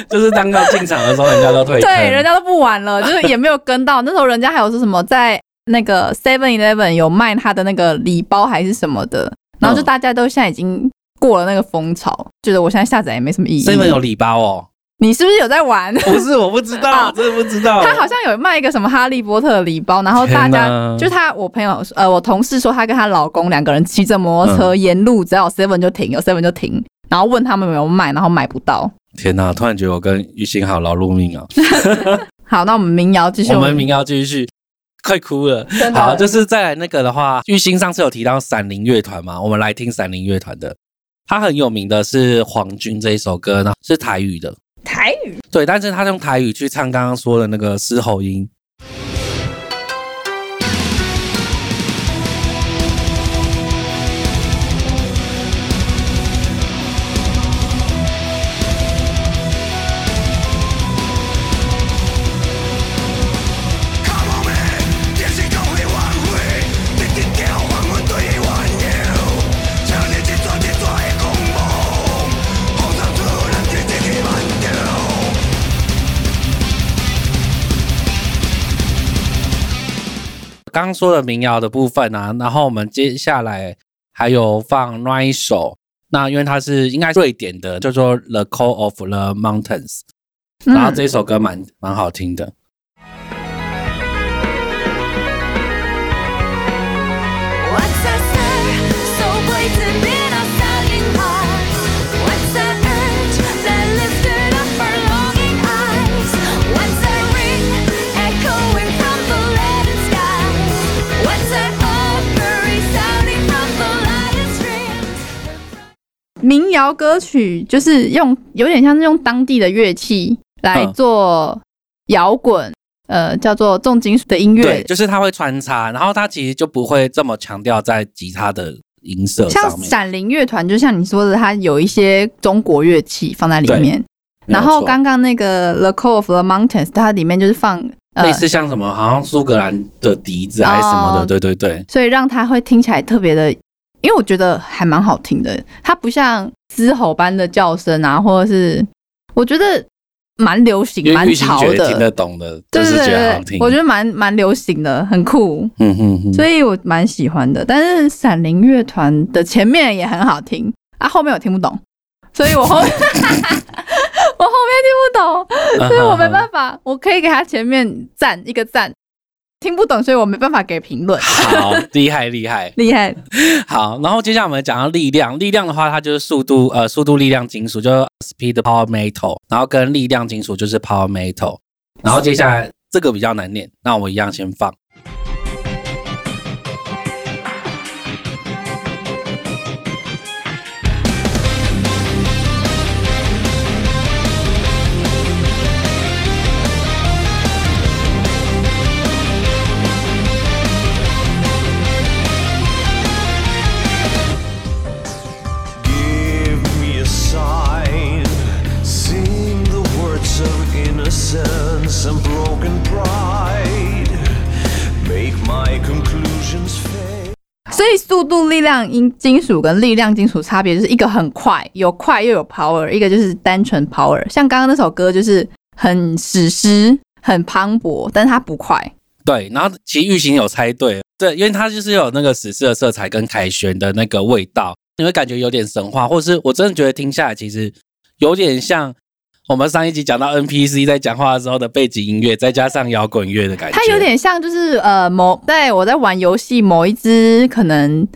Speaker 3: 就是当要进场的时候，人家都退
Speaker 2: 对，
Speaker 3: 坑
Speaker 2: 人家都不玩 了，就是也没有跟到。那时候人家还有说什么在那个 Seven Eleven 有卖他的那个礼包还是什么的，然后就
Speaker 3: 嗯
Speaker 2: 大家都现在已经过了那个风潮，觉得我现在下载也没什么意义。
Speaker 3: ，seven 有礼包哦，
Speaker 2: 你是不是有在玩？
Speaker 3: 不是我不知道，
Speaker 2: 哦
Speaker 3: 真的不知道。
Speaker 2: 嗯他好像有卖一个什么哈利波特的礼包，然后大
Speaker 3: 天
Speaker 2: 家
Speaker 3: 哪
Speaker 2: 就他，我朋友呃，我同事说她跟她老公两个人骑着摩托车，沿路只要有 seven 就停，有 seven 就停，然后问他们有没有卖，然后买不到。
Speaker 3: 天哪，突然觉得我跟玉兴好劳碌命哦。
Speaker 2: 好，那我们民谣继续，
Speaker 3: 我们民谣继续，快哭了。
Speaker 2: 真的
Speaker 3: 好，就是再来那个的话，玉兴上次有提到闪灵乐团嘛，我们来听闪灵乐团的。它很有名的是《皇军》这一首歌呢，是台语的。
Speaker 2: 台语
Speaker 3: 对，但是他用台语去唱刚刚说的那个狮吼音，
Speaker 4: Come on, man.
Speaker 3: 刚刚说了民谣的部分啊，然后我们接下来还有放另外一首，那因为它是应该瑞典的，叫做《The Call of the Mountains》，然后
Speaker 2: 嗯
Speaker 3: 这首歌蛮蛮好听的。
Speaker 6: What's our stare so blatant in our sagging eyes? What's that urge that lifted up our longing eyes? What's that ring echoing from the leaden skies? What's that offer resounding from the lighted strings?
Speaker 2: 民谣歌曲就是用有点像是用当地的乐器来
Speaker 3: 嗯
Speaker 2: 做摇滚，呃，叫做重金属的音乐
Speaker 3: 对，，就是它会穿插，然后它其实就不会这么强调在吉他的音色
Speaker 2: 像
Speaker 3: 上面。
Speaker 2: 闪灵乐团，就像你说的，它有一些中国乐器放在里面。
Speaker 3: 没有
Speaker 2: 然后
Speaker 3: 错
Speaker 2: 刚刚那个《The Call of the Mountains》，它里面就是放呃
Speaker 3: 类，似像什么，好像苏格兰的笛子还是什么的，
Speaker 2: 哦
Speaker 3: 对对对，
Speaker 2: 所以让它会听起来特别的，因为我觉得还蛮好听的。它不像嘶吼般的叫声啊，或者是我觉得蛮流行、
Speaker 3: 因为
Speaker 2: 蛮
Speaker 3: 玉兴
Speaker 2: 潮
Speaker 3: 觉得
Speaker 2: 的
Speaker 3: 听，得懂的，就
Speaker 2: 对
Speaker 3: 是
Speaker 2: 对
Speaker 3: 觉得
Speaker 2: 对
Speaker 3: 好听
Speaker 2: 对，。我觉得蛮蛮流行的，很酷，
Speaker 3: 嗯嗯嗯，
Speaker 2: 所以我蛮喜欢的。但是闪灵乐团的前面也很好听啊，后面我听不懂，所以我后我后面 听不懂，
Speaker 3: 所
Speaker 2: 所以我没办法，我可以给他前面赞一个赞，听不懂，所以我没办法给评 论。
Speaker 3: 法。好，厉害厉害。
Speaker 2: 厉害，
Speaker 3: 好，然后接下来我们讲到力量，力量的话，它就是速度，呃，速度力量金属，就是 speed power metal，然后跟力量金属就是 power metal，然后接下来这个比较难念，那我一样先放。
Speaker 4: Give me a sign. Sing the words of innocence and broken pride. Make my conclusions fade.
Speaker 2: 所以速度、力量音金属跟力量金属差别就是一个很快，有快又有 power，一个就是单纯 power。像刚刚那首歌就是很史诗、很磅礴，但是它不快。
Speaker 3: 对，然后其实玉行有猜对，对，因为它就是有那个史诗的色彩跟凯旋的那个味道，你会感觉有点神话，或是我真的觉得听下来其实有点像我们上一集讲到 NPC 在讲话的时候的背景音乐，再加上摇滚乐的感觉，
Speaker 2: 它有点像就是呃某在我在玩游戏某一只可能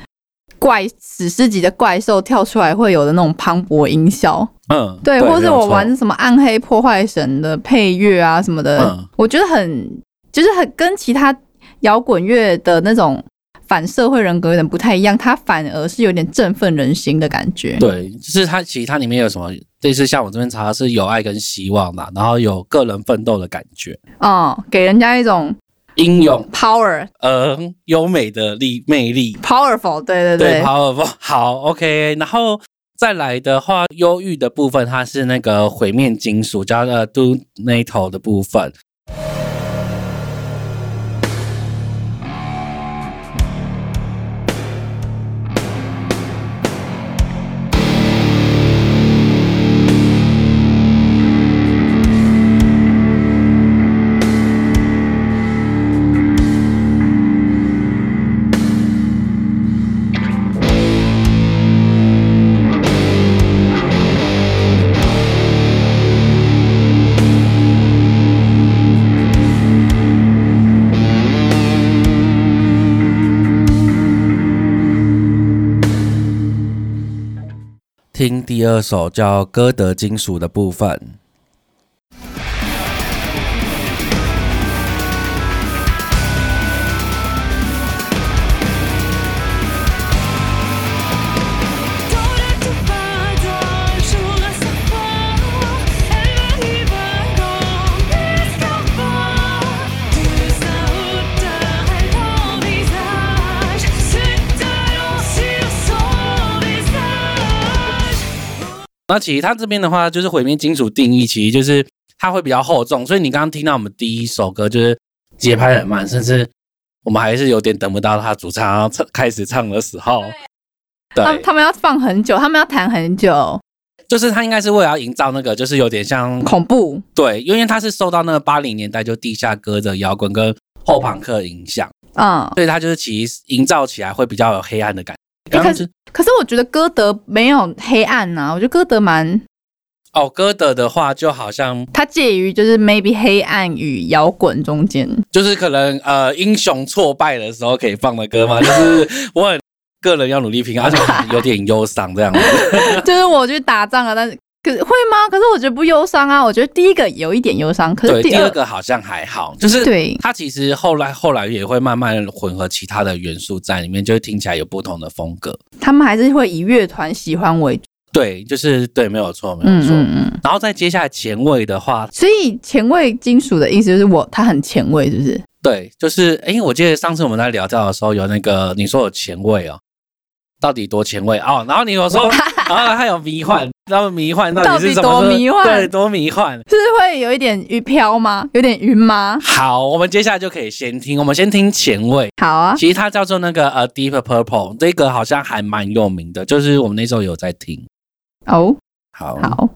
Speaker 2: 怪史诗级的怪兽跳出来会有的那种磅礴音效。
Speaker 3: 嗯，
Speaker 2: 对，或
Speaker 3: 没
Speaker 2: 是
Speaker 3: 有
Speaker 2: 我
Speaker 3: 错
Speaker 2: 玩什么《暗黑破坏神》的配乐啊什么的，
Speaker 3: 嗯
Speaker 2: 我觉得很就是很跟其他摇滚乐的那种反社会人格有点不太一样，它反而是有点振奋人心的感觉。
Speaker 3: 对，就是它其实它里面有什么类似像我这边查的是有爱跟希望啦，然后有个人奋斗的感觉，
Speaker 2: 哦、给人家一种
Speaker 3: 英勇
Speaker 2: power
Speaker 3: 呃优美的力魅力，
Speaker 2: powerful，对对
Speaker 3: 对，powerful 好 OK，然后再来的话，忧郁的部分它是那个毁灭金属加呃 do nato 的部分，听第二首叫歌德金属的部分。那其实它这边的话，就是毁灭金属定义，其实就是它会比较厚重，所以你刚刚听到我们第一首歌就是节拍很慢，甚至我们还是有点等不到他主唱要唱开始唱的时候。对，
Speaker 2: 他他们要放很久，他们要弹很久，
Speaker 3: 就是他应该是为了要营造那个，就是有点像
Speaker 2: 恐怖
Speaker 3: 对，因为他是受到那个八零年代就地下歌的摇滚跟后朋克影响，
Speaker 2: 嗯，
Speaker 3: 所以它就是其实营造起来会比较有黑暗的感
Speaker 2: 欸
Speaker 3: 觉。刚
Speaker 2: 可
Speaker 3: 刚
Speaker 2: 是
Speaker 3: 是
Speaker 2: 可是我觉得歌德没有黑暗啊呐、我觉得歌德蛮，
Speaker 3: 哦，歌德的话就好像
Speaker 2: 他介于就是 maybe 黑暗与摇滚中间。
Speaker 3: 就是可能呃英雄挫败的时候可以放的歌嘛，就是 我很个人要努力平安，而且我可能有点忧伤 这样子。
Speaker 2: 就是我去打仗啊了，但是可是会吗？可是我觉得不忧伤啊，我觉得第一个有一点忧伤，可是
Speaker 3: 对，第
Speaker 2: 二
Speaker 3: 二个好像还好，就是
Speaker 2: 啊对
Speaker 3: 它其实后来后来也会慢慢混合其他的元素在里面，就会听起来有不同的风格。
Speaker 2: 他们还是会以乐团喜欢为主。
Speaker 3: 对，就是对，没有错，没有
Speaker 2: 嗯
Speaker 3: 错。
Speaker 2: 嗯嗯。
Speaker 3: 然后再接下来前卫的话，
Speaker 2: 所以前卫金属的意思就是我他很前卫，是不 是？
Speaker 3: 对，就是诶，我记得上次我们在聊到的时候，有那个你说有前卫哦，到底多前卫哦？然后你有 说，然后还有迷幻，然后迷幻到底是什么？
Speaker 2: 到底多迷幻
Speaker 3: 对，多迷幻。
Speaker 2: 是会有一点云飘吗？有点云吗？
Speaker 3: 好，我们接下来就可以先听，我们先听前卫。
Speaker 2: 好啊，
Speaker 3: 其实它叫做那个呃 Deep Purple，这个好像还蛮有名的，就是我们那时候有在听。
Speaker 2: 哦，
Speaker 3: 好，
Speaker 2: 好，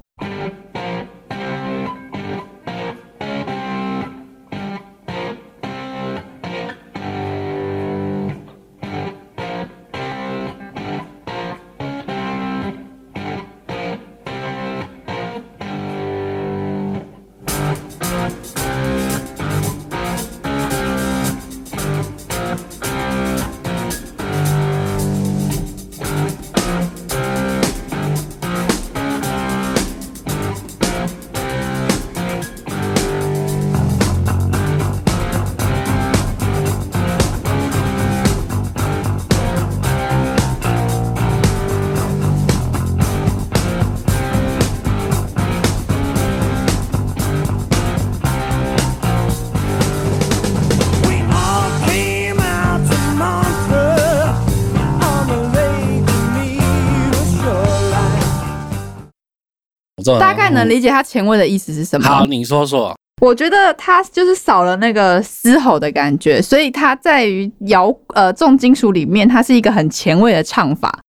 Speaker 5: We all came out to Monster on the lake to meet a shoreline.
Speaker 3: 我做嗯
Speaker 2: 大概能理解他前卫的意思是什么。
Speaker 3: 好，你说说。
Speaker 2: 我觉得它就是少了那个嘶吼的感觉，所以它在于摇呃重金属里面，它是一个很前卫的唱法，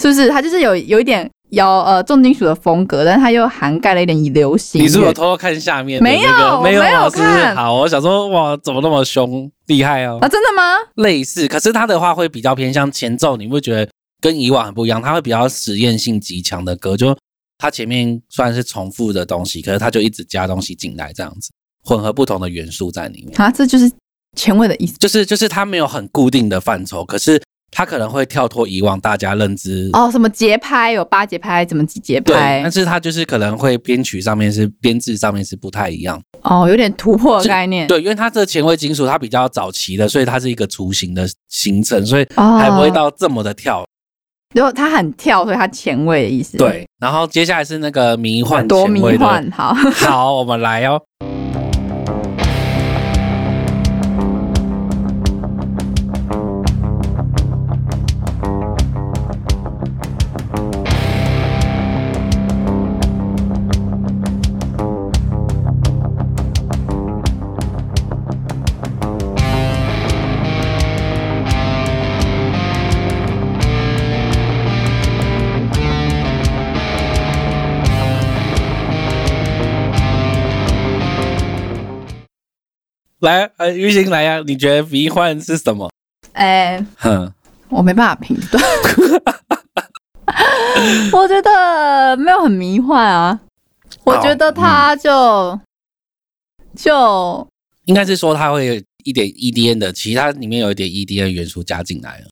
Speaker 2: 是不是？它就是有有一点摇呃重金属的风格，但是它又涵盖了一点流行
Speaker 3: 你
Speaker 2: 乐。
Speaker 3: 是不是偷偷看下面的
Speaker 2: 没有
Speaker 3: 那个没有
Speaker 2: 没有
Speaker 3: 老师
Speaker 2: 看
Speaker 3: 好，我想说哇，怎么那么凶，厉害哦
Speaker 2: 啊，。真的吗？
Speaker 3: 类似，可是他的话会比较偏向前奏，你会觉得跟以往很不一样，他会比较实验性极强的歌，就他前面虽然是重复的东西，可是他就一直加东西进来，这样子混合不同的元素在里面，
Speaker 2: 啊，这就是前卫的意思。
Speaker 3: 就是就是他没有很固定的范畴，可是他可能会跳脱以往大家认知。
Speaker 2: 哦，什么节拍有八节拍，怎么几节
Speaker 3: 嗯对，
Speaker 2: 拍
Speaker 3: 但？是他就是可能会编曲上面是编制上面是不太一样，
Speaker 2: 哦，有点突破的概念。
Speaker 3: 对，因为它这前卫金属它比较早期的，所以它是一个雏形的形成，所以
Speaker 2: 哦
Speaker 3: 还不会到这么的跳
Speaker 2: 然后它很跳，所以它前卫的意思。，
Speaker 3: 对，然后接下来是那个迷幻
Speaker 2: 多
Speaker 3: 前
Speaker 2: 迷
Speaker 3: 卫的
Speaker 2: 幻。好，
Speaker 3: 好，我们来哦。来，呃，于行来呀、你觉得迷幻是什么？
Speaker 2: 哎、
Speaker 3: 哼，
Speaker 2: 我没办法评 断。我觉得没有很迷幻啊，我觉得他就、
Speaker 3: 哦
Speaker 2: 就
Speaker 3: 应该是说它会有一点 EDM 的，其他里面有一点 EDM 元素加进来了。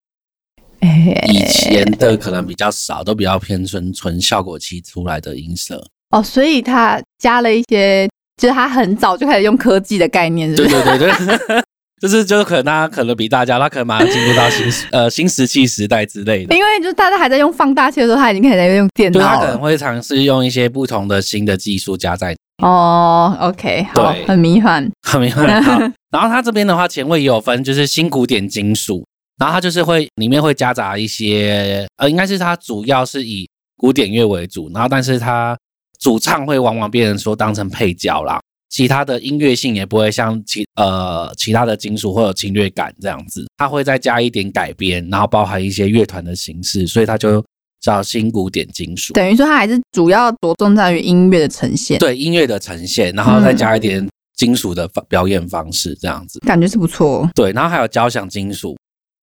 Speaker 3: 嗯
Speaker 2: 哎、
Speaker 3: 以前的可能比较少，都比较偏纯纯效果器出来的音色。
Speaker 2: 哦，所以他加了一些，就是他很早就开始用科技的概念，是不
Speaker 3: 对
Speaker 2: 是？
Speaker 3: 对对对。 就是就是可能他可能比大家，他可能马上进入到新时呃新石器时代之类的，
Speaker 2: 因为就是大家还在用放大器的时候，他已经开始在用电
Speaker 3: 对他
Speaker 2: 脑
Speaker 3: 可能
Speaker 2: 了。
Speaker 3: 会尝试用一些不同的新的技术加在
Speaker 2: 哦，OK，好
Speaker 3: 对，
Speaker 2: 很迷幻。
Speaker 3: 很明白。 好然后它这边的话，前卫也有分，就是新古典金属，然后它就是会里面会夹杂一些，呃，应该是它主要是以古典乐为主，然后但是它主唱会往往变成说当成配角啦，其他的音乐性也不会像其呃其他的金属会有侵略感这样子，它会再加一点改编，然后包含一些乐团的形式，所以它就叫新古典金属。
Speaker 2: 等于说他还是主要着重在于音乐的呈现。
Speaker 3: 对音乐的呈现，然后再加一点金属的方表演方式这样子。
Speaker 2: 感觉是不错，
Speaker 3: 对，然后还有交响金属，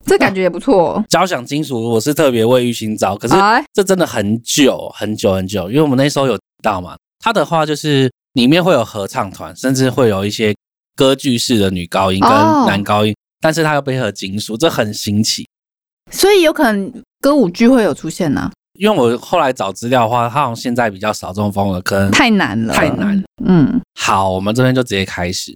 Speaker 2: 这感觉也不错。
Speaker 3: 交响金属我是特别为玉兴找，可是
Speaker 2: 哎，
Speaker 3: 这真的很久很久很久，因为我们那时候有提到嘛，它的话就是里面会有合唱团，甚至会有一些歌剧式的女高音跟
Speaker 2: 哦
Speaker 3: 男高音，但是它又配合金属，这很新奇。
Speaker 2: 所以有可能歌舞剧会有出现啊呢、
Speaker 3: 因为我后来找资料的话，它好像现在比较少这种风格，可能
Speaker 2: 太难了，
Speaker 3: 太难。
Speaker 2: 嗯，
Speaker 3: 好，我们这边就直接开始。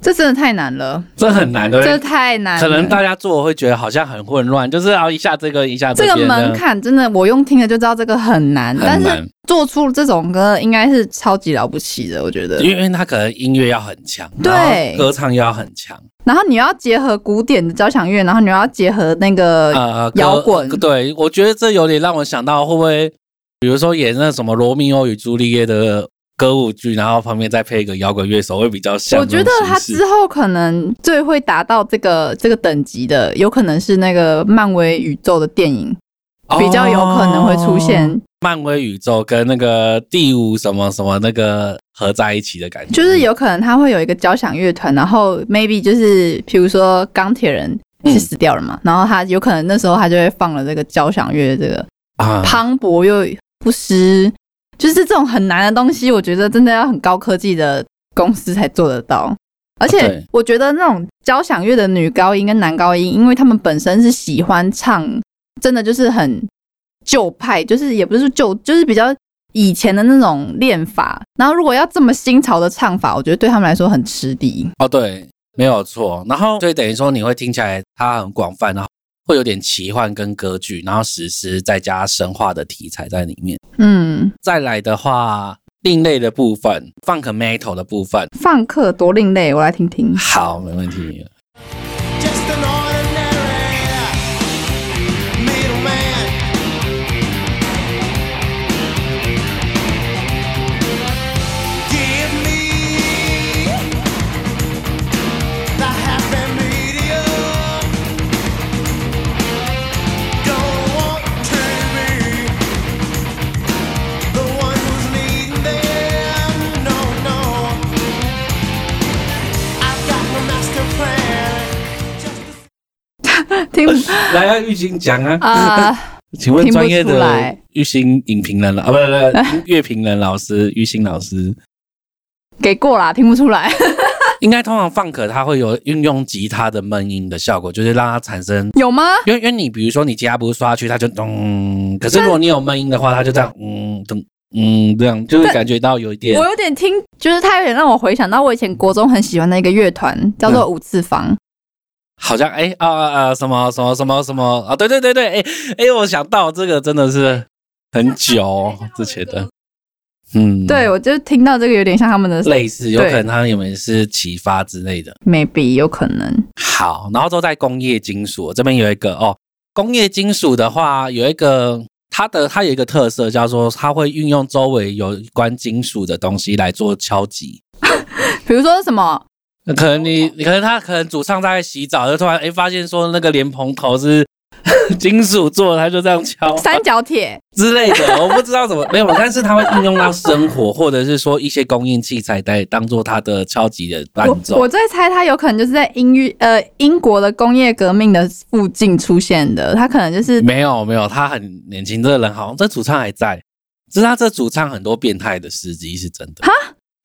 Speaker 2: 这真的太难了，
Speaker 3: 这很难，对不
Speaker 2: 这
Speaker 3: 对？
Speaker 2: 太难了，
Speaker 3: 可能大家做会觉得好像很混乱，就是要一下这个一下
Speaker 2: 这个
Speaker 3: 边的
Speaker 2: 门槛真的，我用听了就知道这个很难，
Speaker 3: 很
Speaker 2: 但
Speaker 3: 难
Speaker 2: 是做出这种歌应该是超级了不起的，我觉得。
Speaker 3: 因为它可能音乐要很强，
Speaker 2: 对
Speaker 3: 然后歌唱又要很强，
Speaker 2: 然后你要结合古典的交响乐，然后你要结合那个，
Speaker 3: 呃，歌
Speaker 2: 摇滚
Speaker 3: 对，我觉得这有点让我想到会不会，比如说演那什么《罗密欧与朱丽叶》的歌舞剧，然后旁边再配一个摇滚乐手，会比较像
Speaker 2: 我
Speaker 3: 这
Speaker 2: 觉
Speaker 3: 种形式。
Speaker 2: 得他之后可能最会达到这个这个等级的，有可能是那个漫威宇宙的电影，比较有可能会出现，
Speaker 3: 哦漫威宇宙跟那个第五什么什么那个合在一起的感觉，
Speaker 2: 就是有可能他会有一个交响乐团，然后 maybe 就是比如说钢铁人是死掉了嘛，然后他有可能那时候他就会放了这个交响乐这个
Speaker 3: 啊，
Speaker 2: 磅礴又不失，就是这种很难的东西，我觉得真的要很高科技的公司才做得到。而
Speaker 3: 啊
Speaker 2: 且
Speaker 3: 对
Speaker 2: 我觉得那种交响乐的女高音跟男高音，因为他们本身是喜欢唱，真的就是很旧派，就是也不是说旧，就是比较以前的那种练法。然后如果要这么新潮的唱法，我觉得对他们来说很吃力。
Speaker 3: 哦，对，没有错。然后所以等于说你会听起来它很广泛，然后会有点奇幻跟歌剧，然后史诗再加神话的题材在里面。
Speaker 2: 嗯，
Speaker 3: 再来的话，另类的部分，funk metal 的部分，
Speaker 2: 放克多另类，我来听听。
Speaker 3: 好，没问题。
Speaker 5: Just an ordinary middleman. Give me the happy medium. Don't want to be the one who's leading them. No, no. I've got my master plan. Just the
Speaker 2: 听
Speaker 3: 来啊，玉兴讲啊，
Speaker 2: 啊。
Speaker 3: 请问专业
Speaker 2: 听不出
Speaker 3: 的
Speaker 2: 来
Speaker 3: 玉兴影评人了啊，不不不， 乐评人老师，玉兴老师，
Speaker 2: 给过啦，听不出来，
Speaker 3: 应该通常放可它会有运用吉他的闷音的效果，就是让它产生。
Speaker 2: 有吗？
Speaker 3: 因为因为你比如说你吉他不是刷下去，它就咚，可是如果你有闷音的话，它就这样嗯咚嗯这样，就会感觉到有一点
Speaker 2: 我有点听，就是他有点让我回想到我以前国中很喜欢的一个乐团，叫
Speaker 3: 嗯
Speaker 2: 做五次方。
Speaker 3: 好像哎啊啊啊什么什么什么什么啊，对对对对，哎哎，我想到这个真的是很久哦之前的，嗯，
Speaker 2: 对，，我就听到这个有点像他们的
Speaker 3: 类似有
Speaker 2: 对
Speaker 3: 可能他们也是启发之类的。
Speaker 2: ，maybe 有可能。
Speaker 3: 好，然后都在工业金属这边有一个哦，工业金属的话有一个它的它有一个特色叫做它会运用周围有关金属的东西来做敲击。
Speaker 2: 比如说什么，
Speaker 3: 那可能你，可能他可能主唱在洗澡，就突然哎发现说那个莲蓬头是 金属做的，他就这样敲。
Speaker 2: 三角铁，
Speaker 3: 之类的，我不知道怎么没有，但是它会运用到生活，或者是说一些供应器材来当做它的敲击的伴
Speaker 2: 我
Speaker 3: 奏
Speaker 2: 我。在猜他有可能就是在英语呃英国的工业革命的附近出现的，他可能 就是
Speaker 3: 没有没有，他很年轻，这个人好像这主唱还在，只是他这主唱很多变态的事迹是真的。哈，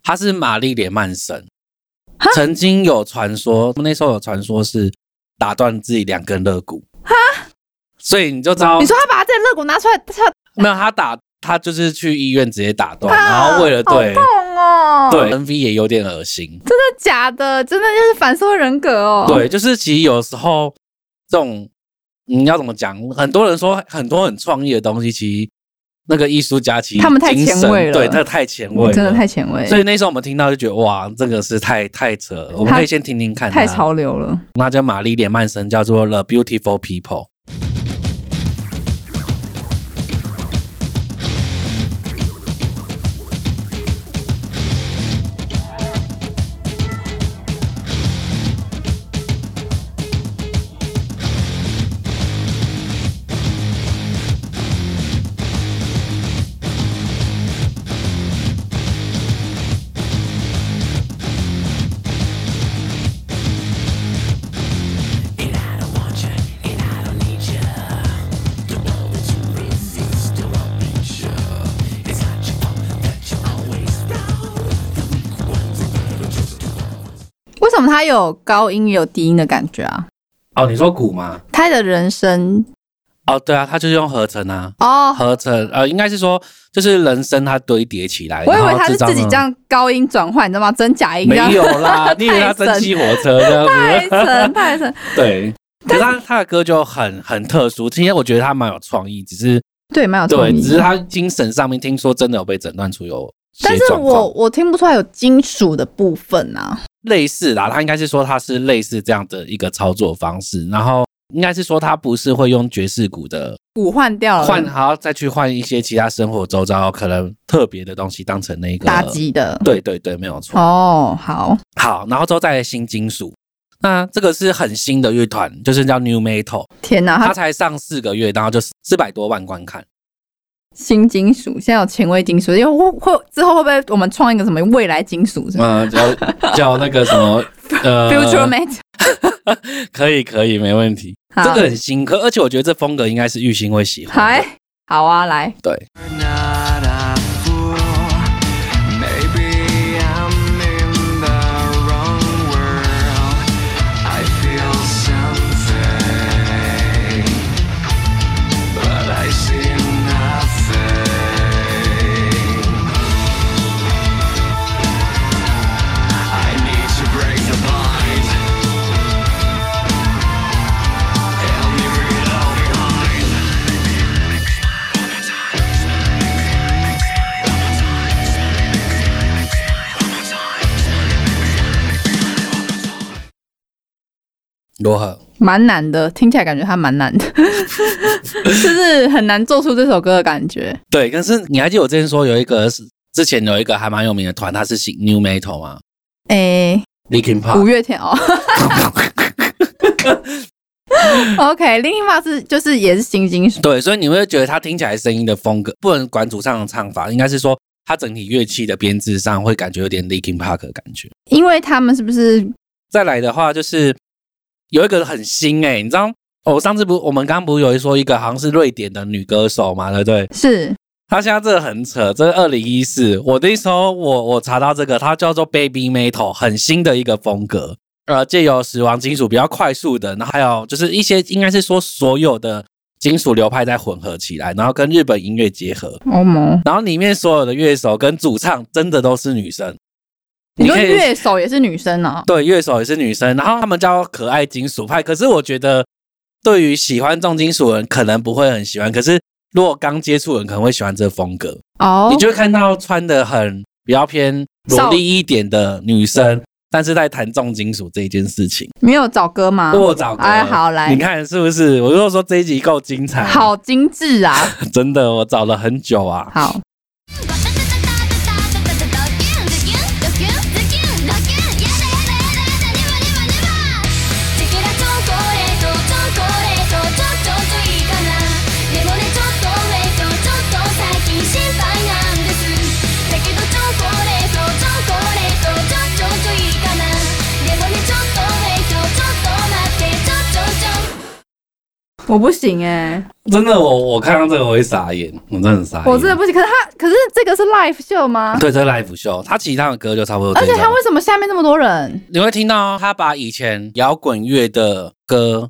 Speaker 3: 他是玛丽莲曼神，曾经有传说，那时候有传说是打断自己两根肋骨。哈，所以你就知道
Speaker 2: 你，说他把这肋骨拿出来，他
Speaker 3: 没有他打，他就是去医院直接打断，
Speaker 2: 啊
Speaker 3: 然哦后为了对
Speaker 2: 痛哦，
Speaker 3: 对 MV 也有点恶心。
Speaker 2: 真的假的？真的就是反社会人格哦，
Speaker 3: 对，就是其实有时候这种你要怎么讲？很多人说很多很创意的东西，其实那个艺术家其实
Speaker 2: 他们太
Speaker 3: 精神
Speaker 2: 前卫了嗯
Speaker 3: 对，那太前卫了，
Speaker 2: 真的太前卫，
Speaker 3: 所以那时候我们听到就觉得哇，这个是太太扯了，我们
Speaker 2: 他
Speaker 3: 可以先听听看。啊
Speaker 2: 太潮流了。
Speaker 3: 那叫玛丽莲曼森，叫做《The Beautiful People》。
Speaker 2: 为什么他有高音也有低音的感觉啊？
Speaker 3: 哦，你说鼓吗？
Speaker 2: 他的人声
Speaker 3: 哦，对啊，他就是用合成啊，
Speaker 2: 哦，
Speaker 3: 合成呃，应该是说就是人声它堆叠起来。
Speaker 2: 我以
Speaker 3: 然
Speaker 2: 为
Speaker 3: 后
Speaker 2: 他是
Speaker 3: 制造
Speaker 2: 自己
Speaker 3: 那
Speaker 2: 这样高音转换，你知道吗？真假音这
Speaker 3: 啊
Speaker 2: 啊
Speaker 3: 没
Speaker 2: 样，
Speaker 3: 有啊啦 你以为他
Speaker 2: 太
Speaker 3: 蒸汽
Speaker 2: 神
Speaker 3: 火车这样
Speaker 2: 太
Speaker 3: 子？
Speaker 2: 神太神，
Speaker 3: 对。可是他他的歌就很很特殊，其实我觉得他蛮有创意，只是
Speaker 2: 对，蛮有啊创
Speaker 3: 对，
Speaker 2: 意
Speaker 3: 只是他精神上面听说真的有被诊断出有一
Speaker 2: 但
Speaker 3: 些
Speaker 2: 是
Speaker 3: 状
Speaker 2: 我
Speaker 3: 况，
Speaker 2: 我听不出来有金属的部分啊，
Speaker 3: 类似啦，他应该是说他是类似这样的一个操作方式，然后应该是说他不是会用爵士鼓的
Speaker 2: 鼓换掉了，
Speaker 3: 换，好再去换一些其他生活周遭可能特别的东西当成那个
Speaker 2: 打击的。
Speaker 3: 对对对，没有错。
Speaker 2: 哦，好，
Speaker 3: 好，然后之后再来新金属，那这个是很新的乐团，就是叫 New Metal，
Speaker 2: 天哪，
Speaker 3: 它
Speaker 2: 他
Speaker 3: 才上四个月，然后就四百多万观看。
Speaker 2: 新金属现在有前卫金属，因为会会之后会不会我们创一个什么未来金属是吗
Speaker 3: 嗯，叫叫那个什么呃
Speaker 2: ？Future Mate，
Speaker 3: 可以可以，没问题。
Speaker 2: 好
Speaker 3: 这个很新，可而且我觉得这风格应该是玉兴会喜欢的。
Speaker 2: 嗨，好啊，来，
Speaker 3: 对，
Speaker 4: Not a fool. Maybe I'm in the wrong world. I feel something, but I see nothing. I need to break the bind. Help me read all behind.
Speaker 3: 如何？
Speaker 2: 蛮难的，听起来感觉它蛮难的， 就是很难做出这首歌的感觉。
Speaker 3: 对，但是你还记得我之前说有一个是之前有一个还蛮有名的团，它是新 New Metal 吗
Speaker 2: 诶，
Speaker 3: ？Linkin
Speaker 2: 哎五
Speaker 3: Park。
Speaker 2: 月天哦，OK，另一方是就是也是新金属，
Speaker 3: 对，所以你会觉得它听起来声音的风格，不能管主唱的唱法，应该是说它整体乐器的编制上会感觉有点 Linkin Park 的感觉。
Speaker 2: 因为他们是不是
Speaker 3: 再来的话就是有一个很新哎、你知道我、上次不，我们刚刚不是有说一个好像是瑞典的女歌手嘛，对不对？
Speaker 2: 是
Speaker 3: 她现在这个很扯，这是二零一四，我那时候我我查到这个，它叫做 Baby Metal，很新的一个风格。呃，借由死亡金属比较快速的，然后还有就是一些应该是说所有的金属流派再混合起来，然后跟日本音乐结合，
Speaker 2: 欧盟？
Speaker 3: 然后里面所有的乐手跟主唱真的都是女生。
Speaker 2: 你说
Speaker 3: 可以
Speaker 2: 乐手也是女生哦？
Speaker 3: 对，乐手也是女生，然后他们叫可爱金属派。可是我觉得，对于喜欢重金属的人可能不会很喜欢，可是如果刚接触的人可能会喜欢这风格。
Speaker 2: 哦，
Speaker 3: 你就会看到穿的很比较偏萝莉一点的女生，但是在谈重金属这一件事情，
Speaker 2: 没有找歌吗？
Speaker 3: 我找歌
Speaker 2: 哎好来
Speaker 3: 你看是不是？我就说这一集够精彩，，
Speaker 2: 好精致 啊！
Speaker 3: 真的，我找了很久啊。
Speaker 2: 好，我不行哎、
Speaker 3: 真的，我我看到这个我会傻眼，我真的很傻眼。
Speaker 2: 我真的不行。可是他，可是这个是 live 秀吗？
Speaker 3: 对这个 live 秀，他其他的歌就差不多这
Speaker 2: 而
Speaker 3: 样。
Speaker 2: 且他为什么下面那么多人？
Speaker 3: 你会听到他把以前摇滚乐的歌，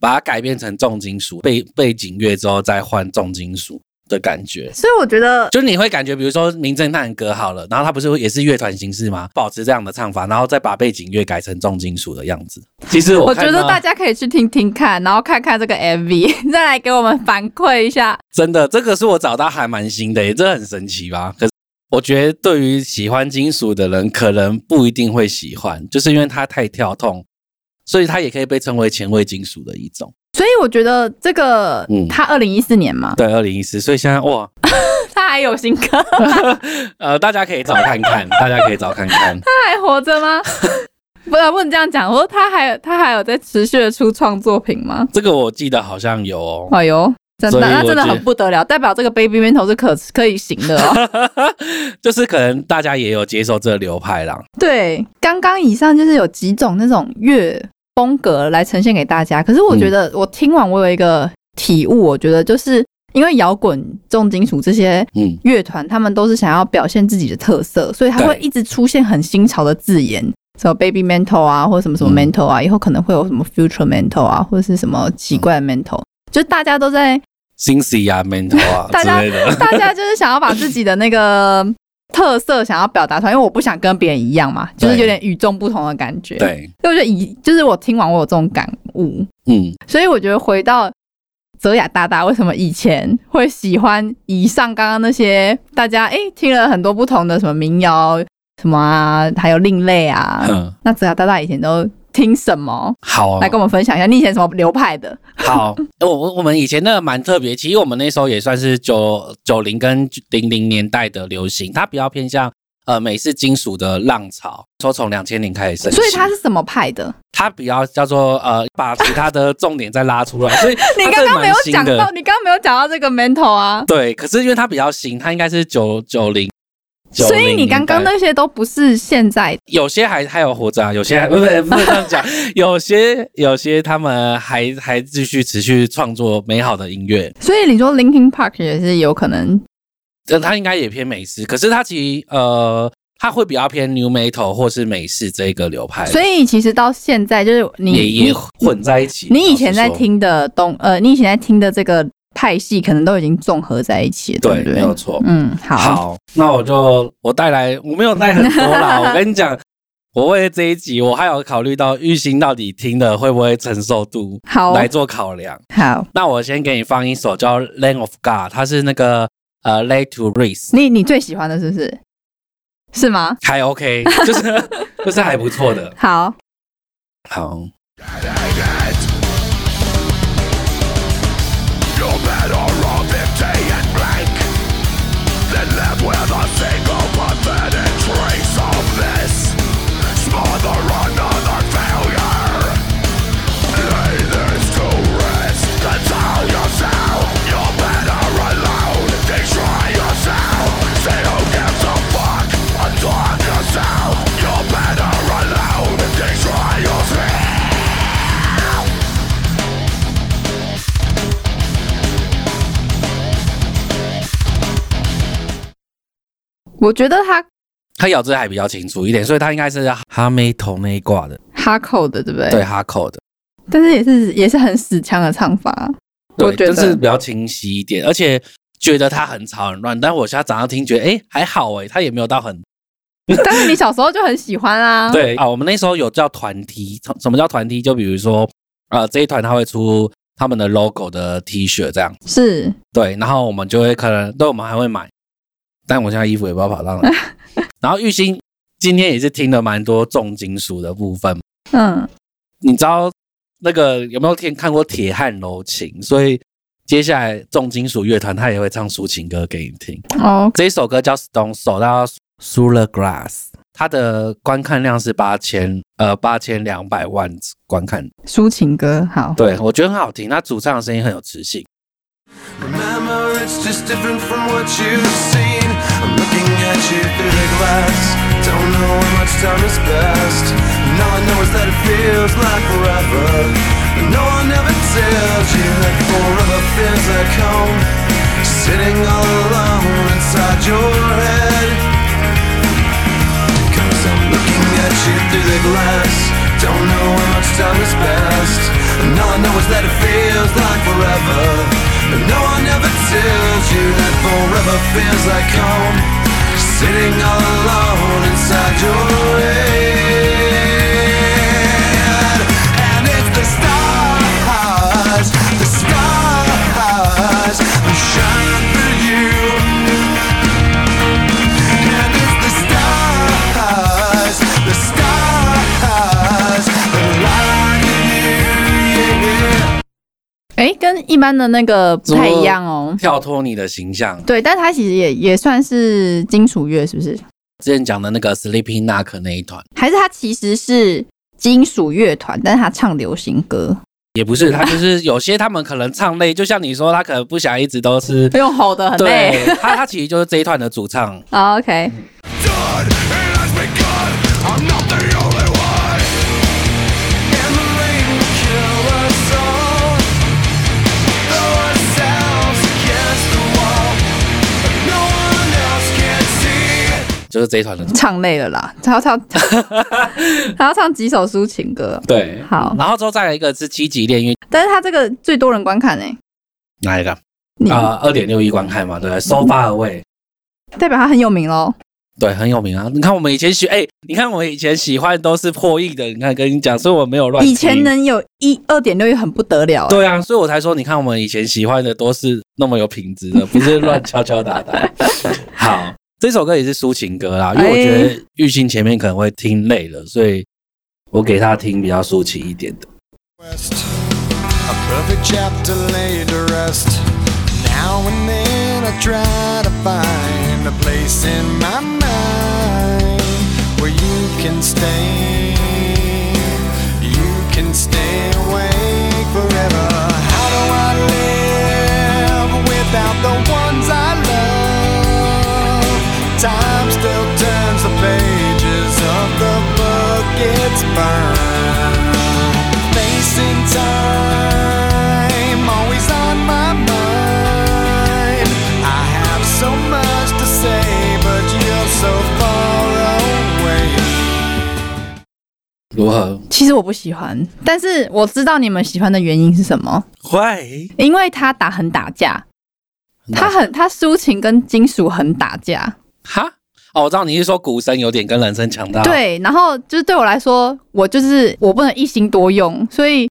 Speaker 3: 把它改变成重金属背背景乐之后再换重金属，的感觉。
Speaker 2: 所以我觉得
Speaker 3: 就你会感觉，比如说《名侦探歌》好了，然后它不是也是乐团形式吗？保持这样的唱法，然后再把背景乐改成重金属的样子。其实我
Speaker 2: 我觉
Speaker 3: 看
Speaker 2: 得
Speaker 3: 到
Speaker 2: 大家可以去听听看，然后看看这个 MV，再 来给我们反馈一下。
Speaker 3: 真的，这个是我找到还蛮新的耶，这很神奇吧？可是我觉得对于喜欢金属的人，可能不一定会喜欢，就是因为它太跳痛，所以它也可以被称为前卫金属的一种。
Speaker 2: 所以我觉得这个，
Speaker 3: 嗯
Speaker 2: 他二零一四年嘛，
Speaker 3: 对，二零一四，所以现在哇，
Speaker 2: 他还有新歌，
Speaker 3: 呃，大家可以找看看，大家可以找看看。
Speaker 2: 他还活着吗？ 不然不能这样讲，我说他还有他还有在持续的出创作品吗？
Speaker 3: 这个我记得好像有哦，
Speaker 2: 哎呦，真的，
Speaker 3: 所以
Speaker 2: 那
Speaker 3: 我
Speaker 2: 真的
Speaker 3: 觉
Speaker 2: 很不得了，代表这个 Baby Metal 是可可以行的 哦。
Speaker 3: 就是可能大家也有接受这个流派啦。
Speaker 2: 对，刚刚以上就是有几种那种乐风格来呈现给大家。可是我觉
Speaker 3: 嗯
Speaker 2: 得我听完我有一个体悟，我觉得就是因为摇滚、重金属这些
Speaker 3: 嗯，
Speaker 2: 乐团，他们都是想要表现自己的特色，所以它
Speaker 3: 对
Speaker 2: 会一直出现很新潮的字眼。什么 baby mental 啊，或者什么什么
Speaker 3: 嗯
Speaker 2: mental 啊，以后可能会有什么 future mental 啊，或者是什么奇怪的
Speaker 3: 嗯
Speaker 2: mental，、就大家都在
Speaker 3: 新 C 啊，mental 啊
Speaker 2: 大
Speaker 3: 之
Speaker 2: 家
Speaker 3: 类的。
Speaker 2: 大家就是想要把自己的那个特色想要表达出来，因为我不想跟别人一样嘛，就是有点与众不同的感觉。，
Speaker 3: 对，
Speaker 2: 所以我觉得以就是我听完我有这种感悟，
Speaker 3: 嗯，
Speaker 2: 所以我觉得回到泽雅大大为什么以前会喜欢以上刚刚那些大家诶听了很多不同的什么民谣什么啊，还有另类啊，
Speaker 3: 嗯，
Speaker 2: 那泽雅大大以前都听什么？
Speaker 3: 好啊
Speaker 2: 来跟我们分享一下，你以前什么流派的？
Speaker 3: 好，我我我们以前那个蛮特别，其实我们那时候也算是九九零跟零零年代的流行，它比较偏向呃美式金属的浪潮，说从两千年开始盛行，
Speaker 2: 所以他是什么派的？
Speaker 3: 它比较叫做呃把其他的重点再拉出来， 所以
Speaker 2: 你
Speaker 3: 它
Speaker 2: 刚
Speaker 3: 是
Speaker 2: 刚没有
Speaker 3: 蛮新
Speaker 2: 讲
Speaker 3: 的
Speaker 2: 到，你刚刚没有讲到这个 mental 啊，
Speaker 3: 对，可是因为它比较新，它应该是九九零。
Speaker 2: 所以你刚刚
Speaker 3: 90年代
Speaker 2: 那些都不是现在
Speaker 3: 有些还还有活着啊，有些还不是不是这样讲，有些有些他们还还继续持续创作美好的音乐，
Speaker 2: 所以你说 Linkin Park 也是有可能，
Speaker 3: 但它应该也偏美式，可是它其实呃，它会比较偏 new metal 或是美式这个流派，
Speaker 2: 所以其实到现在就是你
Speaker 3: 也也
Speaker 2: 你
Speaker 3: 混在一起。
Speaker 2: 你以前在
Speaker 3: 老实说，
Speaker 2: 听的东呃，你以前在听的这个派系，可能都已经综合在一起了，对
Speaker 3: 对，
Speaker 2: 不
Speaker 3: 没
Speaker 2: 对？
Speaker 3: 有错。
Speaker 2: 嗯，好，
Speaker 3: 好，那我就我带来，我没有带很多 啦。我跟你讲，我为了这一集，我还有考虑到玉兴到底听了会不会承受度，
Speaker 2: 好
Speaker 3: 来做考量。
Speaker 2: 好，
Speaker 3: 那我先给你放一首叫《Land of God》，它是那个呃《Late to Race》，
Speaker 2: 你你最喜欢的是不是？是吗？
Speaker 3: 还 OK，就是 就是还不错的。
Speaker 2: 好，
Speaker 3: 好，
Speaker 4: You're better off empty and blank than live with a single pathetic trace of this. Smother another failure. Lay this to rest. Console yourself. You're better alone. Destroy yourself. See who gives a fuck. Untalk yourself. You're better alone. Destroy yourself.
Speaker 2: 我觉得他
Speaker 3: 它咬字还比较清楚一点，所以它应该是哈梅头那一挂的，
Speaker 2: 哈口的，对不对？
Speaker 3: 对，哈口的，
Speaker 2: 但是也是也是很死腔的唱法，啊我
Speaker 3: 对，
Speaker 2: 觉
Speaker 3: 就
Speaker 2: 得
Speaker 3: 是比较清晰一点，而且觉得它很吵很乱，但我现在长大听觉得，哎、还好哎、它也没有到很
Speaker 2: 但是你小时候就很喜欢啊，
Speaker 3: 对啊，我们那时候有叫团体，什什么叫团体？就比如说，呃，这一团他会出他们的 logo 的 T 恤这样，
Speaker 2: 是
Speaker 3: 对，然后我们就会可能，对，我们还会买，但我现在衣服也不知道跑到哪里。然后玉兴今天也是听了蛮多重金属的部分，
Speaker 2: 嗯，
Speaker 3: 你知道那个有没有听看过《铁汉柔情》？所以接下来重金属乐团他也会唱抒情歌给你听。
Speaker 2: 哦，
Speaker 3: 这一首歌叫《Stone Soul》，它叫 Through the Glass，它的观看量是八千呃八千两百万观看。
Speaker 2: 抒情歌，好，
Speaker 3: 对我觉得很好听，它主唱的声音很有磁性。
Speaker 7: Remember, it's just different from what you've seen. I'm looking at you through the glass. Don't know how much time has passed. And all I know is that it feels like forever. And no one ever tells you that forever feels like home. Sitting all alone inside your head. Cause I'm looking at you through the glass. Don't know how much time has passed. And all I know is that it feels like forever. But no one ever tells you that Sitting all alone inside your head And it's the stars, the stars That shine for you And it's the stars, the stars That light in you, yeah, yeah
Speaker 2: 哎，跟一般的那个不太一样哦。
Speaker 3: 跳脱你的形象。
Speaker 2: 对，但它其实也也算是金属乐，是不是？
Speaker 3: 之前讲的那个 Sleeping Knock 那一团，
Speaker 2: 还是它其实是金属乐团，但是它唱流行歌，
Speaker 3: 也 不是，他就是有些他们可能唱累，就像你说，他可能不想一直都是。
Speaker 2: 用哎吼的很
Speaker 3: 对。他，他其实就是这一团的主唱，
Speaker 2: 好哦 OK，
Speaker 4: done, it has begun. I'm not the only one.
Speaker 7: And the rain will kill us all. Throw ourselves against the wall, but no one else can see.
Speaker 3: 就是这一团的主。
Speaker 2: 唱累了啦，他要唱， 他要唱几首抒情歌。
Speaker 3: 对
Speaker 2: 好，
Speaker 3: 然后之后再来一个是七级炼狱，
Speaker 2: 但是他这个最多人观看诶、欸
Speaker 3: 哪一个？
Speaker 2: 你、
Speaker 3: 啊，二点六亿观看嘛，对不对？So far away，
Speaker 2: 代表他很有名喽。
Speaker 3: 对，很有名啊。你看我们以前喜，哎、你看我们以前喜欢都是破亿的，你看跟你讲，所以我没有乱听。
Speaker 2: 以前能有一二点六很不得了、欸，
Speaker 3: 对啊，所以我才说，你看我们以前喜欢的都是那么有品质的，不是乱敲敲打 打。好，这首歌也是抒情歌啦，因为我
Speaker 2: 哎
Speaker 3: 觉得玉信前面可能会听累了，所以我给他听比较抒情一点的。
Speaker 7: West. A perfect chapter laid to rest. Now and then I try to find a place in my mind where you can stay. You can stay awake forever. How do I live without the ones I love? Time still turns the pages of the book, it's burned facing time always on my mind i have so much to say but you're so far away
Speaker 3: 如何？
Speaker 2: 其实我不喜欢，但是我知道你们喜欢的原因是什么，
Speaker 3: 会
Speaker 2: 因为他打很打架，
Speaker 3: 嗯
Speaker 2: 他很他抒情跟金属很打架，
Speaker 3: 哈？哦，我知道你是说鼓声有点跟人声抢到。，
Speaker 2: 对，然后就是对我来说，我就是我不能一心多用，所以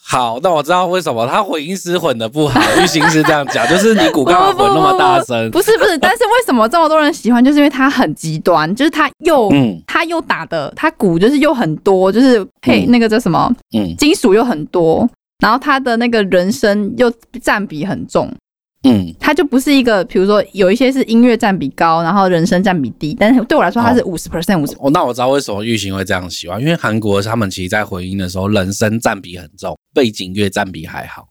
Speaker 3: 好，那我知道为什么他混音师混的不好，玉兴是这样讲， 就是你鼓刚好混那么大声。
Speaker 2: 不是不 是，但是为什么这么多人喜欢，就是因为他很极端，就是他又、
Speaker 3: 嗯
Speaker 2: 他又打的，他鼓就是又很多，就是配
Speaker 3: 嗯
Speaker 2: 那个叫什么
Speaker 3: 嗯
Speaker 2: 金属又很多，然后他的那个人声又占比很重，
Speaker 3: 嗯，
Speaker 2: 它就不是一个，比如说有一些是音乐占比高，然后人声占比低，但是对我来说它是五十 percent 五十。
Speaker 3: 哦，那我知道为什么玉行会这样喜欢，因为韩国他们其实在回音的时候，人声占比很重，背景乐占比还好，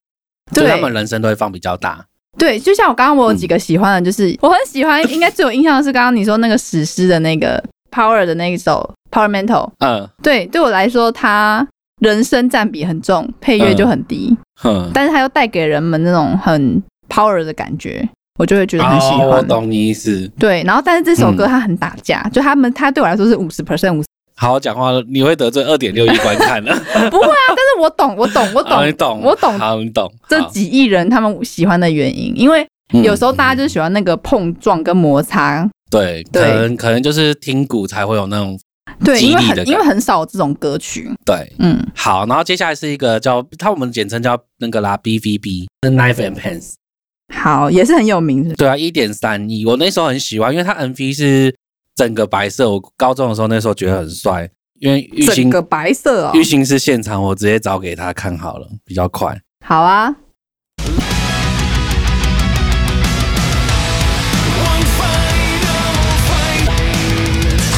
Speaker 3: 就
Speaker 2: 对
Speaker 3: 他们人声都会放比较大。
Speaker 2: 对，就像我刚刚我有几个喜欢的， 就是、我很喜欢，应该最有印象的是刚刚你说那个史诗的那个 Power 的那一首 Power Mental。
Speaker 3: 嗯
Speaker 2: 对，对我来说它人声占比很重，配乐
Speaker 3: 嗯
Speaker 2: 就很低，
Speaker 3: 哼，
Speaker 2: 但是它又带给人们那种很 Power 的感觉，我就会觉得很喜欢。
Speaker 3: 哦我懂你意思。
Speaker 2: 对，然后但是这首歌
Speaker 3: 嗯
Speaker 2: 它很打架，就他们它对我来说是五十 percent 五十，
Speaker 3: 好好讲话，你会得罪二点六亿观看了。
Speaker 2: 不会啊，但是我懂，我 懂，我懂，
Speaker 3: 哦你懂，
Speaker 2: 我懂
Speaker 3: 好，嗯你懂。
Speaker 2: 这几亿人他们喜欢的原因，因为有时
Speaker 3: 候
Speaker 2: 候大家就是喜欢那个碰撞跟摩擦，
Speaker 3: 对，可
Speaker 2: 对
Speaker 3: 能可能就是听鼓才会有那种
Speaker 2: 对，
Speaker 3: 激
Speaker 2: 因为
Speaker 3: 励的
Speaker 2: 很
Speaker 3: 感觉
Speaker 2: 因为很少有这种歌曲，
Speaker 3: 对。
Speaker 2: 嗯，
Speaker 3: 好，然后接下来是一个叫它我们简称叫那个啦 BVB Knife and Pants。
Speaker 2: 好，也是很有名的，
Speaker 3: 对啊，一点三亿，我那时候很喜欢，因为它 MV 是整个白色。我高中的时候那时候觉得很帅，因为玉
Speaker 2: 整
Speaker 3: 兴
Speaker 2: 个白色哦，
Speaker 3: 玉兴是现场，我直接找给他看好了，比较快。
Speaker 2: 好啊，
Speaker 7: one final fight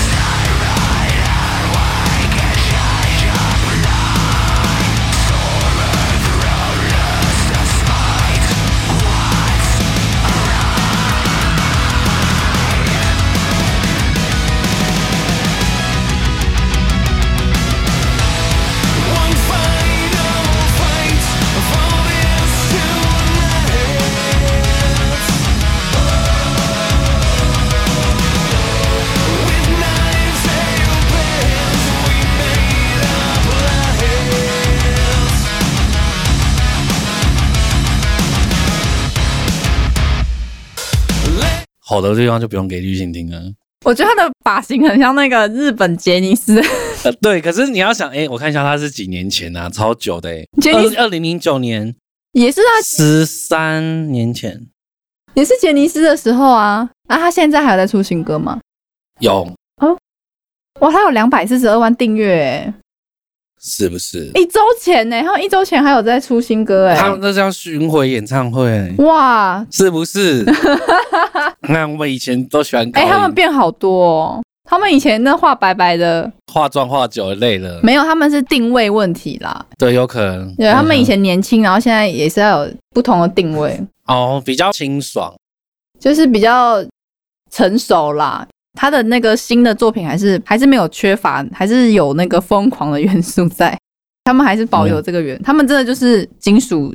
Speaker 7: one final fight for the
Speaker 3: 吼的地方就不用给绿性听了。
Speaker 2: 我觉得他的发型很像那个日本杰尼斯，
Speaker 3: 呃对，可是你要想，哎、我看一下他是几年前啊，超久的、欸，
Speaker 2: 杰尼斯
Speaker 3: 二二零零九年，
Speaker 2: 也是他
Speaker 3: 十三年前
Speaker 2: 也是杰尼斯的时候啊。啊，他现在还有在出新歌吗？
Speaker 3: 有，
Speaker 2: 哇，他有两百四十二万订阅欸，
Speaker 3: 是不是？
Speaker 2: 一周前呢，他有一周前还有在出新歌
Speaker 3: 他
Speaker 2: 哎
Speaker 3: 们，那叫巡回演唱会、
Speaker 2: 哇，
Speaker 3: 是不是？ 那我们以前都喜欢搞
Speaker 2: 哎、
Speaker 3: 音，
Speaker 2: 他们变好多、哦，他们以前那画白白的，
Speaker 3: 化妆化久了累了，
Speaker 2: 没有，他们是定位问题啦。
Speaker 3: 对，有可能。嗯
Speaker 2: 对，他们以前年轻，然后现在也是要有不同的定位，
Speaker 3: 哦，比较清爽，
Speaker 2: 就是比较成熟啦。他的那个新的作品还是还是没有缺乏，还是有那个疯狂的元素在。 他们还是保有这个元，他们真的就是金属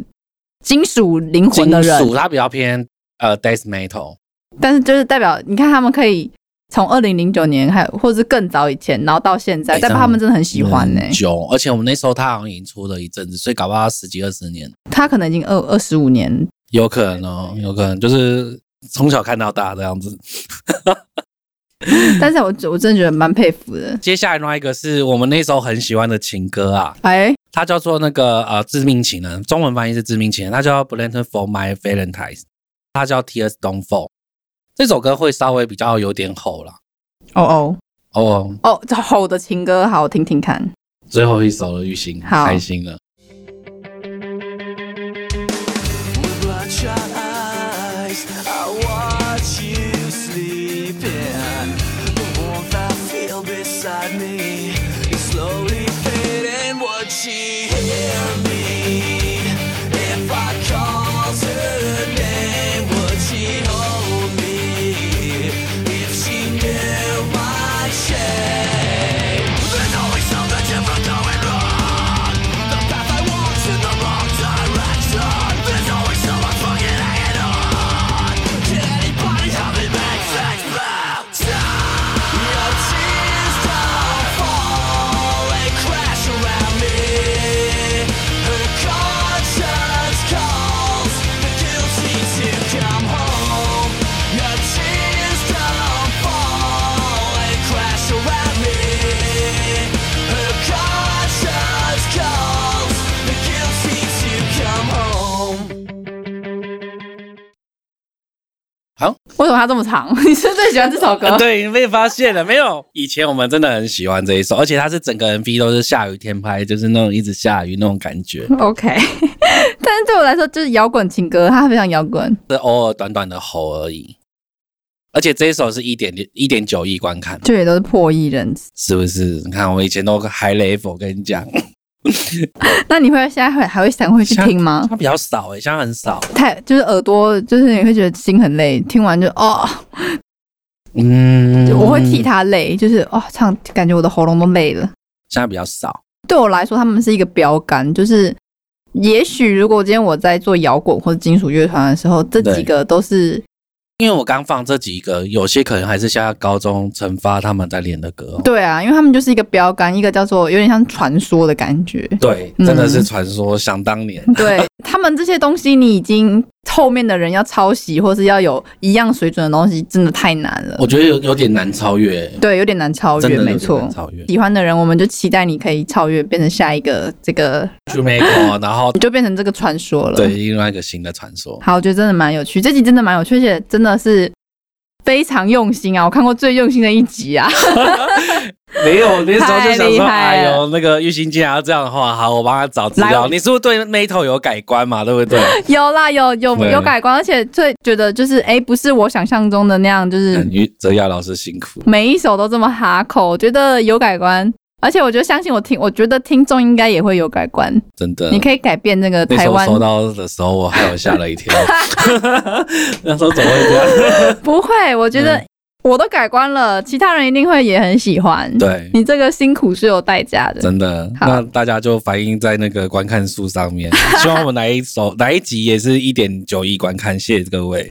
Speaker 2: 金属灵
Speaker 3: 金
Speaker 2: 魂的人，
Speaker 3: 属它比较偏呃 death metal，
Speaker 2: 但是就是代表，你看他们可以从二零零九年还有或是更早以前，然后到现在，
Speaker 3: 哎
Speaker 2: 代表他们真的很喜欢欸呢、
Speaker 3: 很久，嗯而且我们那时候他好像已经出了一阵子，所以搞不好他十几二十年，
Speaker 2: 他可能已经二二十五年，
Speaker 3: 有可能哦，有可能就是从小看到大这样子。
Speaker 2: 但是我我真的觉得蛮佩服的。
Speaker 3: 接下来另外一个是我们那时候很喜欢的情歌啊，
Speaker 2: 哎，
Speaker 3: 它叫做那个呃致命情人，中文翻译是致命情人，它叫 Blend for My Valentine，它叫 Tears Don't Fall。这首歌会稍微比较有点吼啦。
Speaker 2: 哦哦
Speaker 3: 哦，
Speaker 2: 哦，这吼的情歌，好，我听听看。
Speaker 3: 最后一首了，玉兴
Speaker 2: 好
Speaker 3: 开心了。
Speaker 7: With bloodshot eyes, I watch you sleeping. The warmth I feel beside me is slowly fading. Would she hear me if I called her name? Would she hold me if she knew my shame? There's always something different going wrong. The path I walk's in the wrong direction. There's always someone fucking hanging on. Can anybody help me make things better? Your tears don't fall, they crash around me. Her conscience calls the guilty to come home. Your tears don't fall, they crash around me. Her conscience calls the guilty to come home.
Speaker 2: 为什么它这么长？ 你是不是最喜欢这首歌？
Speaker 3: 呃对，你被发现了没有？以前我们真的很喜欢这一首，而且它是整个 MV 都是下雨天拍，就是那种一直下雨那种感觉，
Speaker 2: ，OK。但是对我来说，就是摇滚情歌，它非常摇滚。
Speaker 3: 是偶尔短短的吼而已。而且这一首是一点一点九亿观看，
Speaker 2: 就也都是破亿人次。
Speaker 3: 是不是？你看我以前都还雷否跟你讲，
Speaker 2: 那你会现在会还会想会去听吗？
Speaker 3: 它比较少诶、欸，现在很少。
Speaker 2: 太就是耳朵，就是你会觉得心很累，听完就哦，
Speaker 3: 嗯
Speaker 2: 我会替。他累，就是哦，唱感觉我的喉咙都累了。
Speaker 3: 现在比较少，
Speaker 2: 对我来说，他们是一个标杆，就是也许如果今天我在做摇滚或者金属乐团的时候，这几个都是
Speaker 3: 因为我刚放这几个，有些可能还是现在高中惩罚他们在练的歌哦、
Speaker 2: 对啊，因为他们就是一个标杆，一个叫做有点像传说的感觉。
Speaker 3: 对，真的是传说，想当年。
Speaker 2: 对他们这些东西，你已经后面的人要抄袭或是要有一样水准的东西，真的太难了
Speaker 3: 我。觉得有有点难超越、欸。
Speaker 2: 对，有点难超
Speaker 3: 真
Speaker 2: 越，
Speaker 3: 的有
Speaker 2: 没
Speaker 3: 点
Speaker 2: 错
Speaker 3: 难。超越
Speaker 2: 喜欢的人，我们就期待你可以超越，变成下一个这个，
Speaker 3: 去美国，然后
Speaker 2: 你就变成这个传说了。
Speaker 3: 对，另外一个新的传说。
Speaker 2: 好，我觉得真的蛮有趣，这集真的蛮有趣，而且真的是非常用心啊！我看过最用心的一集啊，
Speaker 3: 没有，那时候就
Speaker 2: 太
Speaker 3: 想
Speaker 2: 厉
Speaker 3: 说，
Speaker 2: 害
Speaker 3: 哎
Speaker 2: 了
Speaker 3: 呦，那个玉兴竟然要这样的话，好，我帮他找资
Speaker 2: 来
Speaker 3: 料。
Speaker 2: 我
Speaker 3: 你是不是对 metal 有改观嘛？对不对？
Speaker 2: 有啦，有有
Speaker 3: 对
Speaker 2: 有改观，而且最觉得就是，哎、不是我想象中的那样， 就是
Speaker 3: 嗯，于泽耀老师辛苦。
Speaker 2: 每一首都这么哈口，我觉得有改观。而且我觉得，相信我听，我觉得听众应该也会有改观。
Speaker 3: 真的。
Speaker 2: 你可以改变那个
Speaker 3: 那
Speaker 2: 台
Speaker 3: 时候
Speaker 2: 湾
Speaker 3: 收到的时候，我还有吓了 一跳。 那时候怎么会这样？
Speaker 2: 不会，我觉得
Speaker 3: 嗯
Speaker 2: 我都改观了，其他人一定会也很喜欢。
Speaker 3: 对，
Speaker 2: 你这个辛苦是有代价的。
Speaker 3: 真的。
Speaker 2: 好
Speaker 3: 那大家就反映在那个观看数上面。希望我们哪一首哪一集也是一点九亿观看，谢谢各位。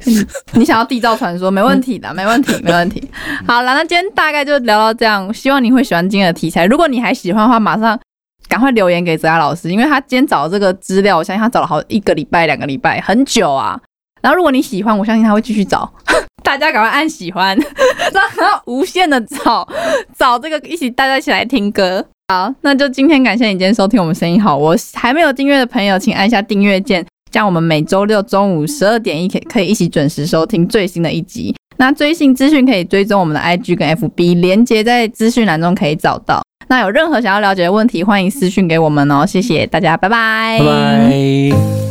Speaker 2: 你想要缔造传说，没问题的，没问题，没问题。好了，那今天大概就聊到这样，希望你会喜欢今天的题材。如果你还喜欢的话，马上赶快留言给泽雅老师，因为他今天找这个资料，我相信他找了好一个礼拜、两个礼拜，很久啊。然后如果你喜欢，我相信他会继续找。 大家赶快按喜欢，然后无限的找找这个一起大家一起来听歌。好，那就今天感谢你今天收听我们声音好，我还没有订阅的朋友，请按下订阅键，这样我们每周六中午十二点一可以可以一起准时收听最新的一集。那最新资讯可以追踪我们的 IG 跟 FB，连接在资讯栏中可以找到。那有任何想要了解的问题，欢迎私讯给我们哦，谢谢大家，拜拜，
Speaker 3: 拜拜。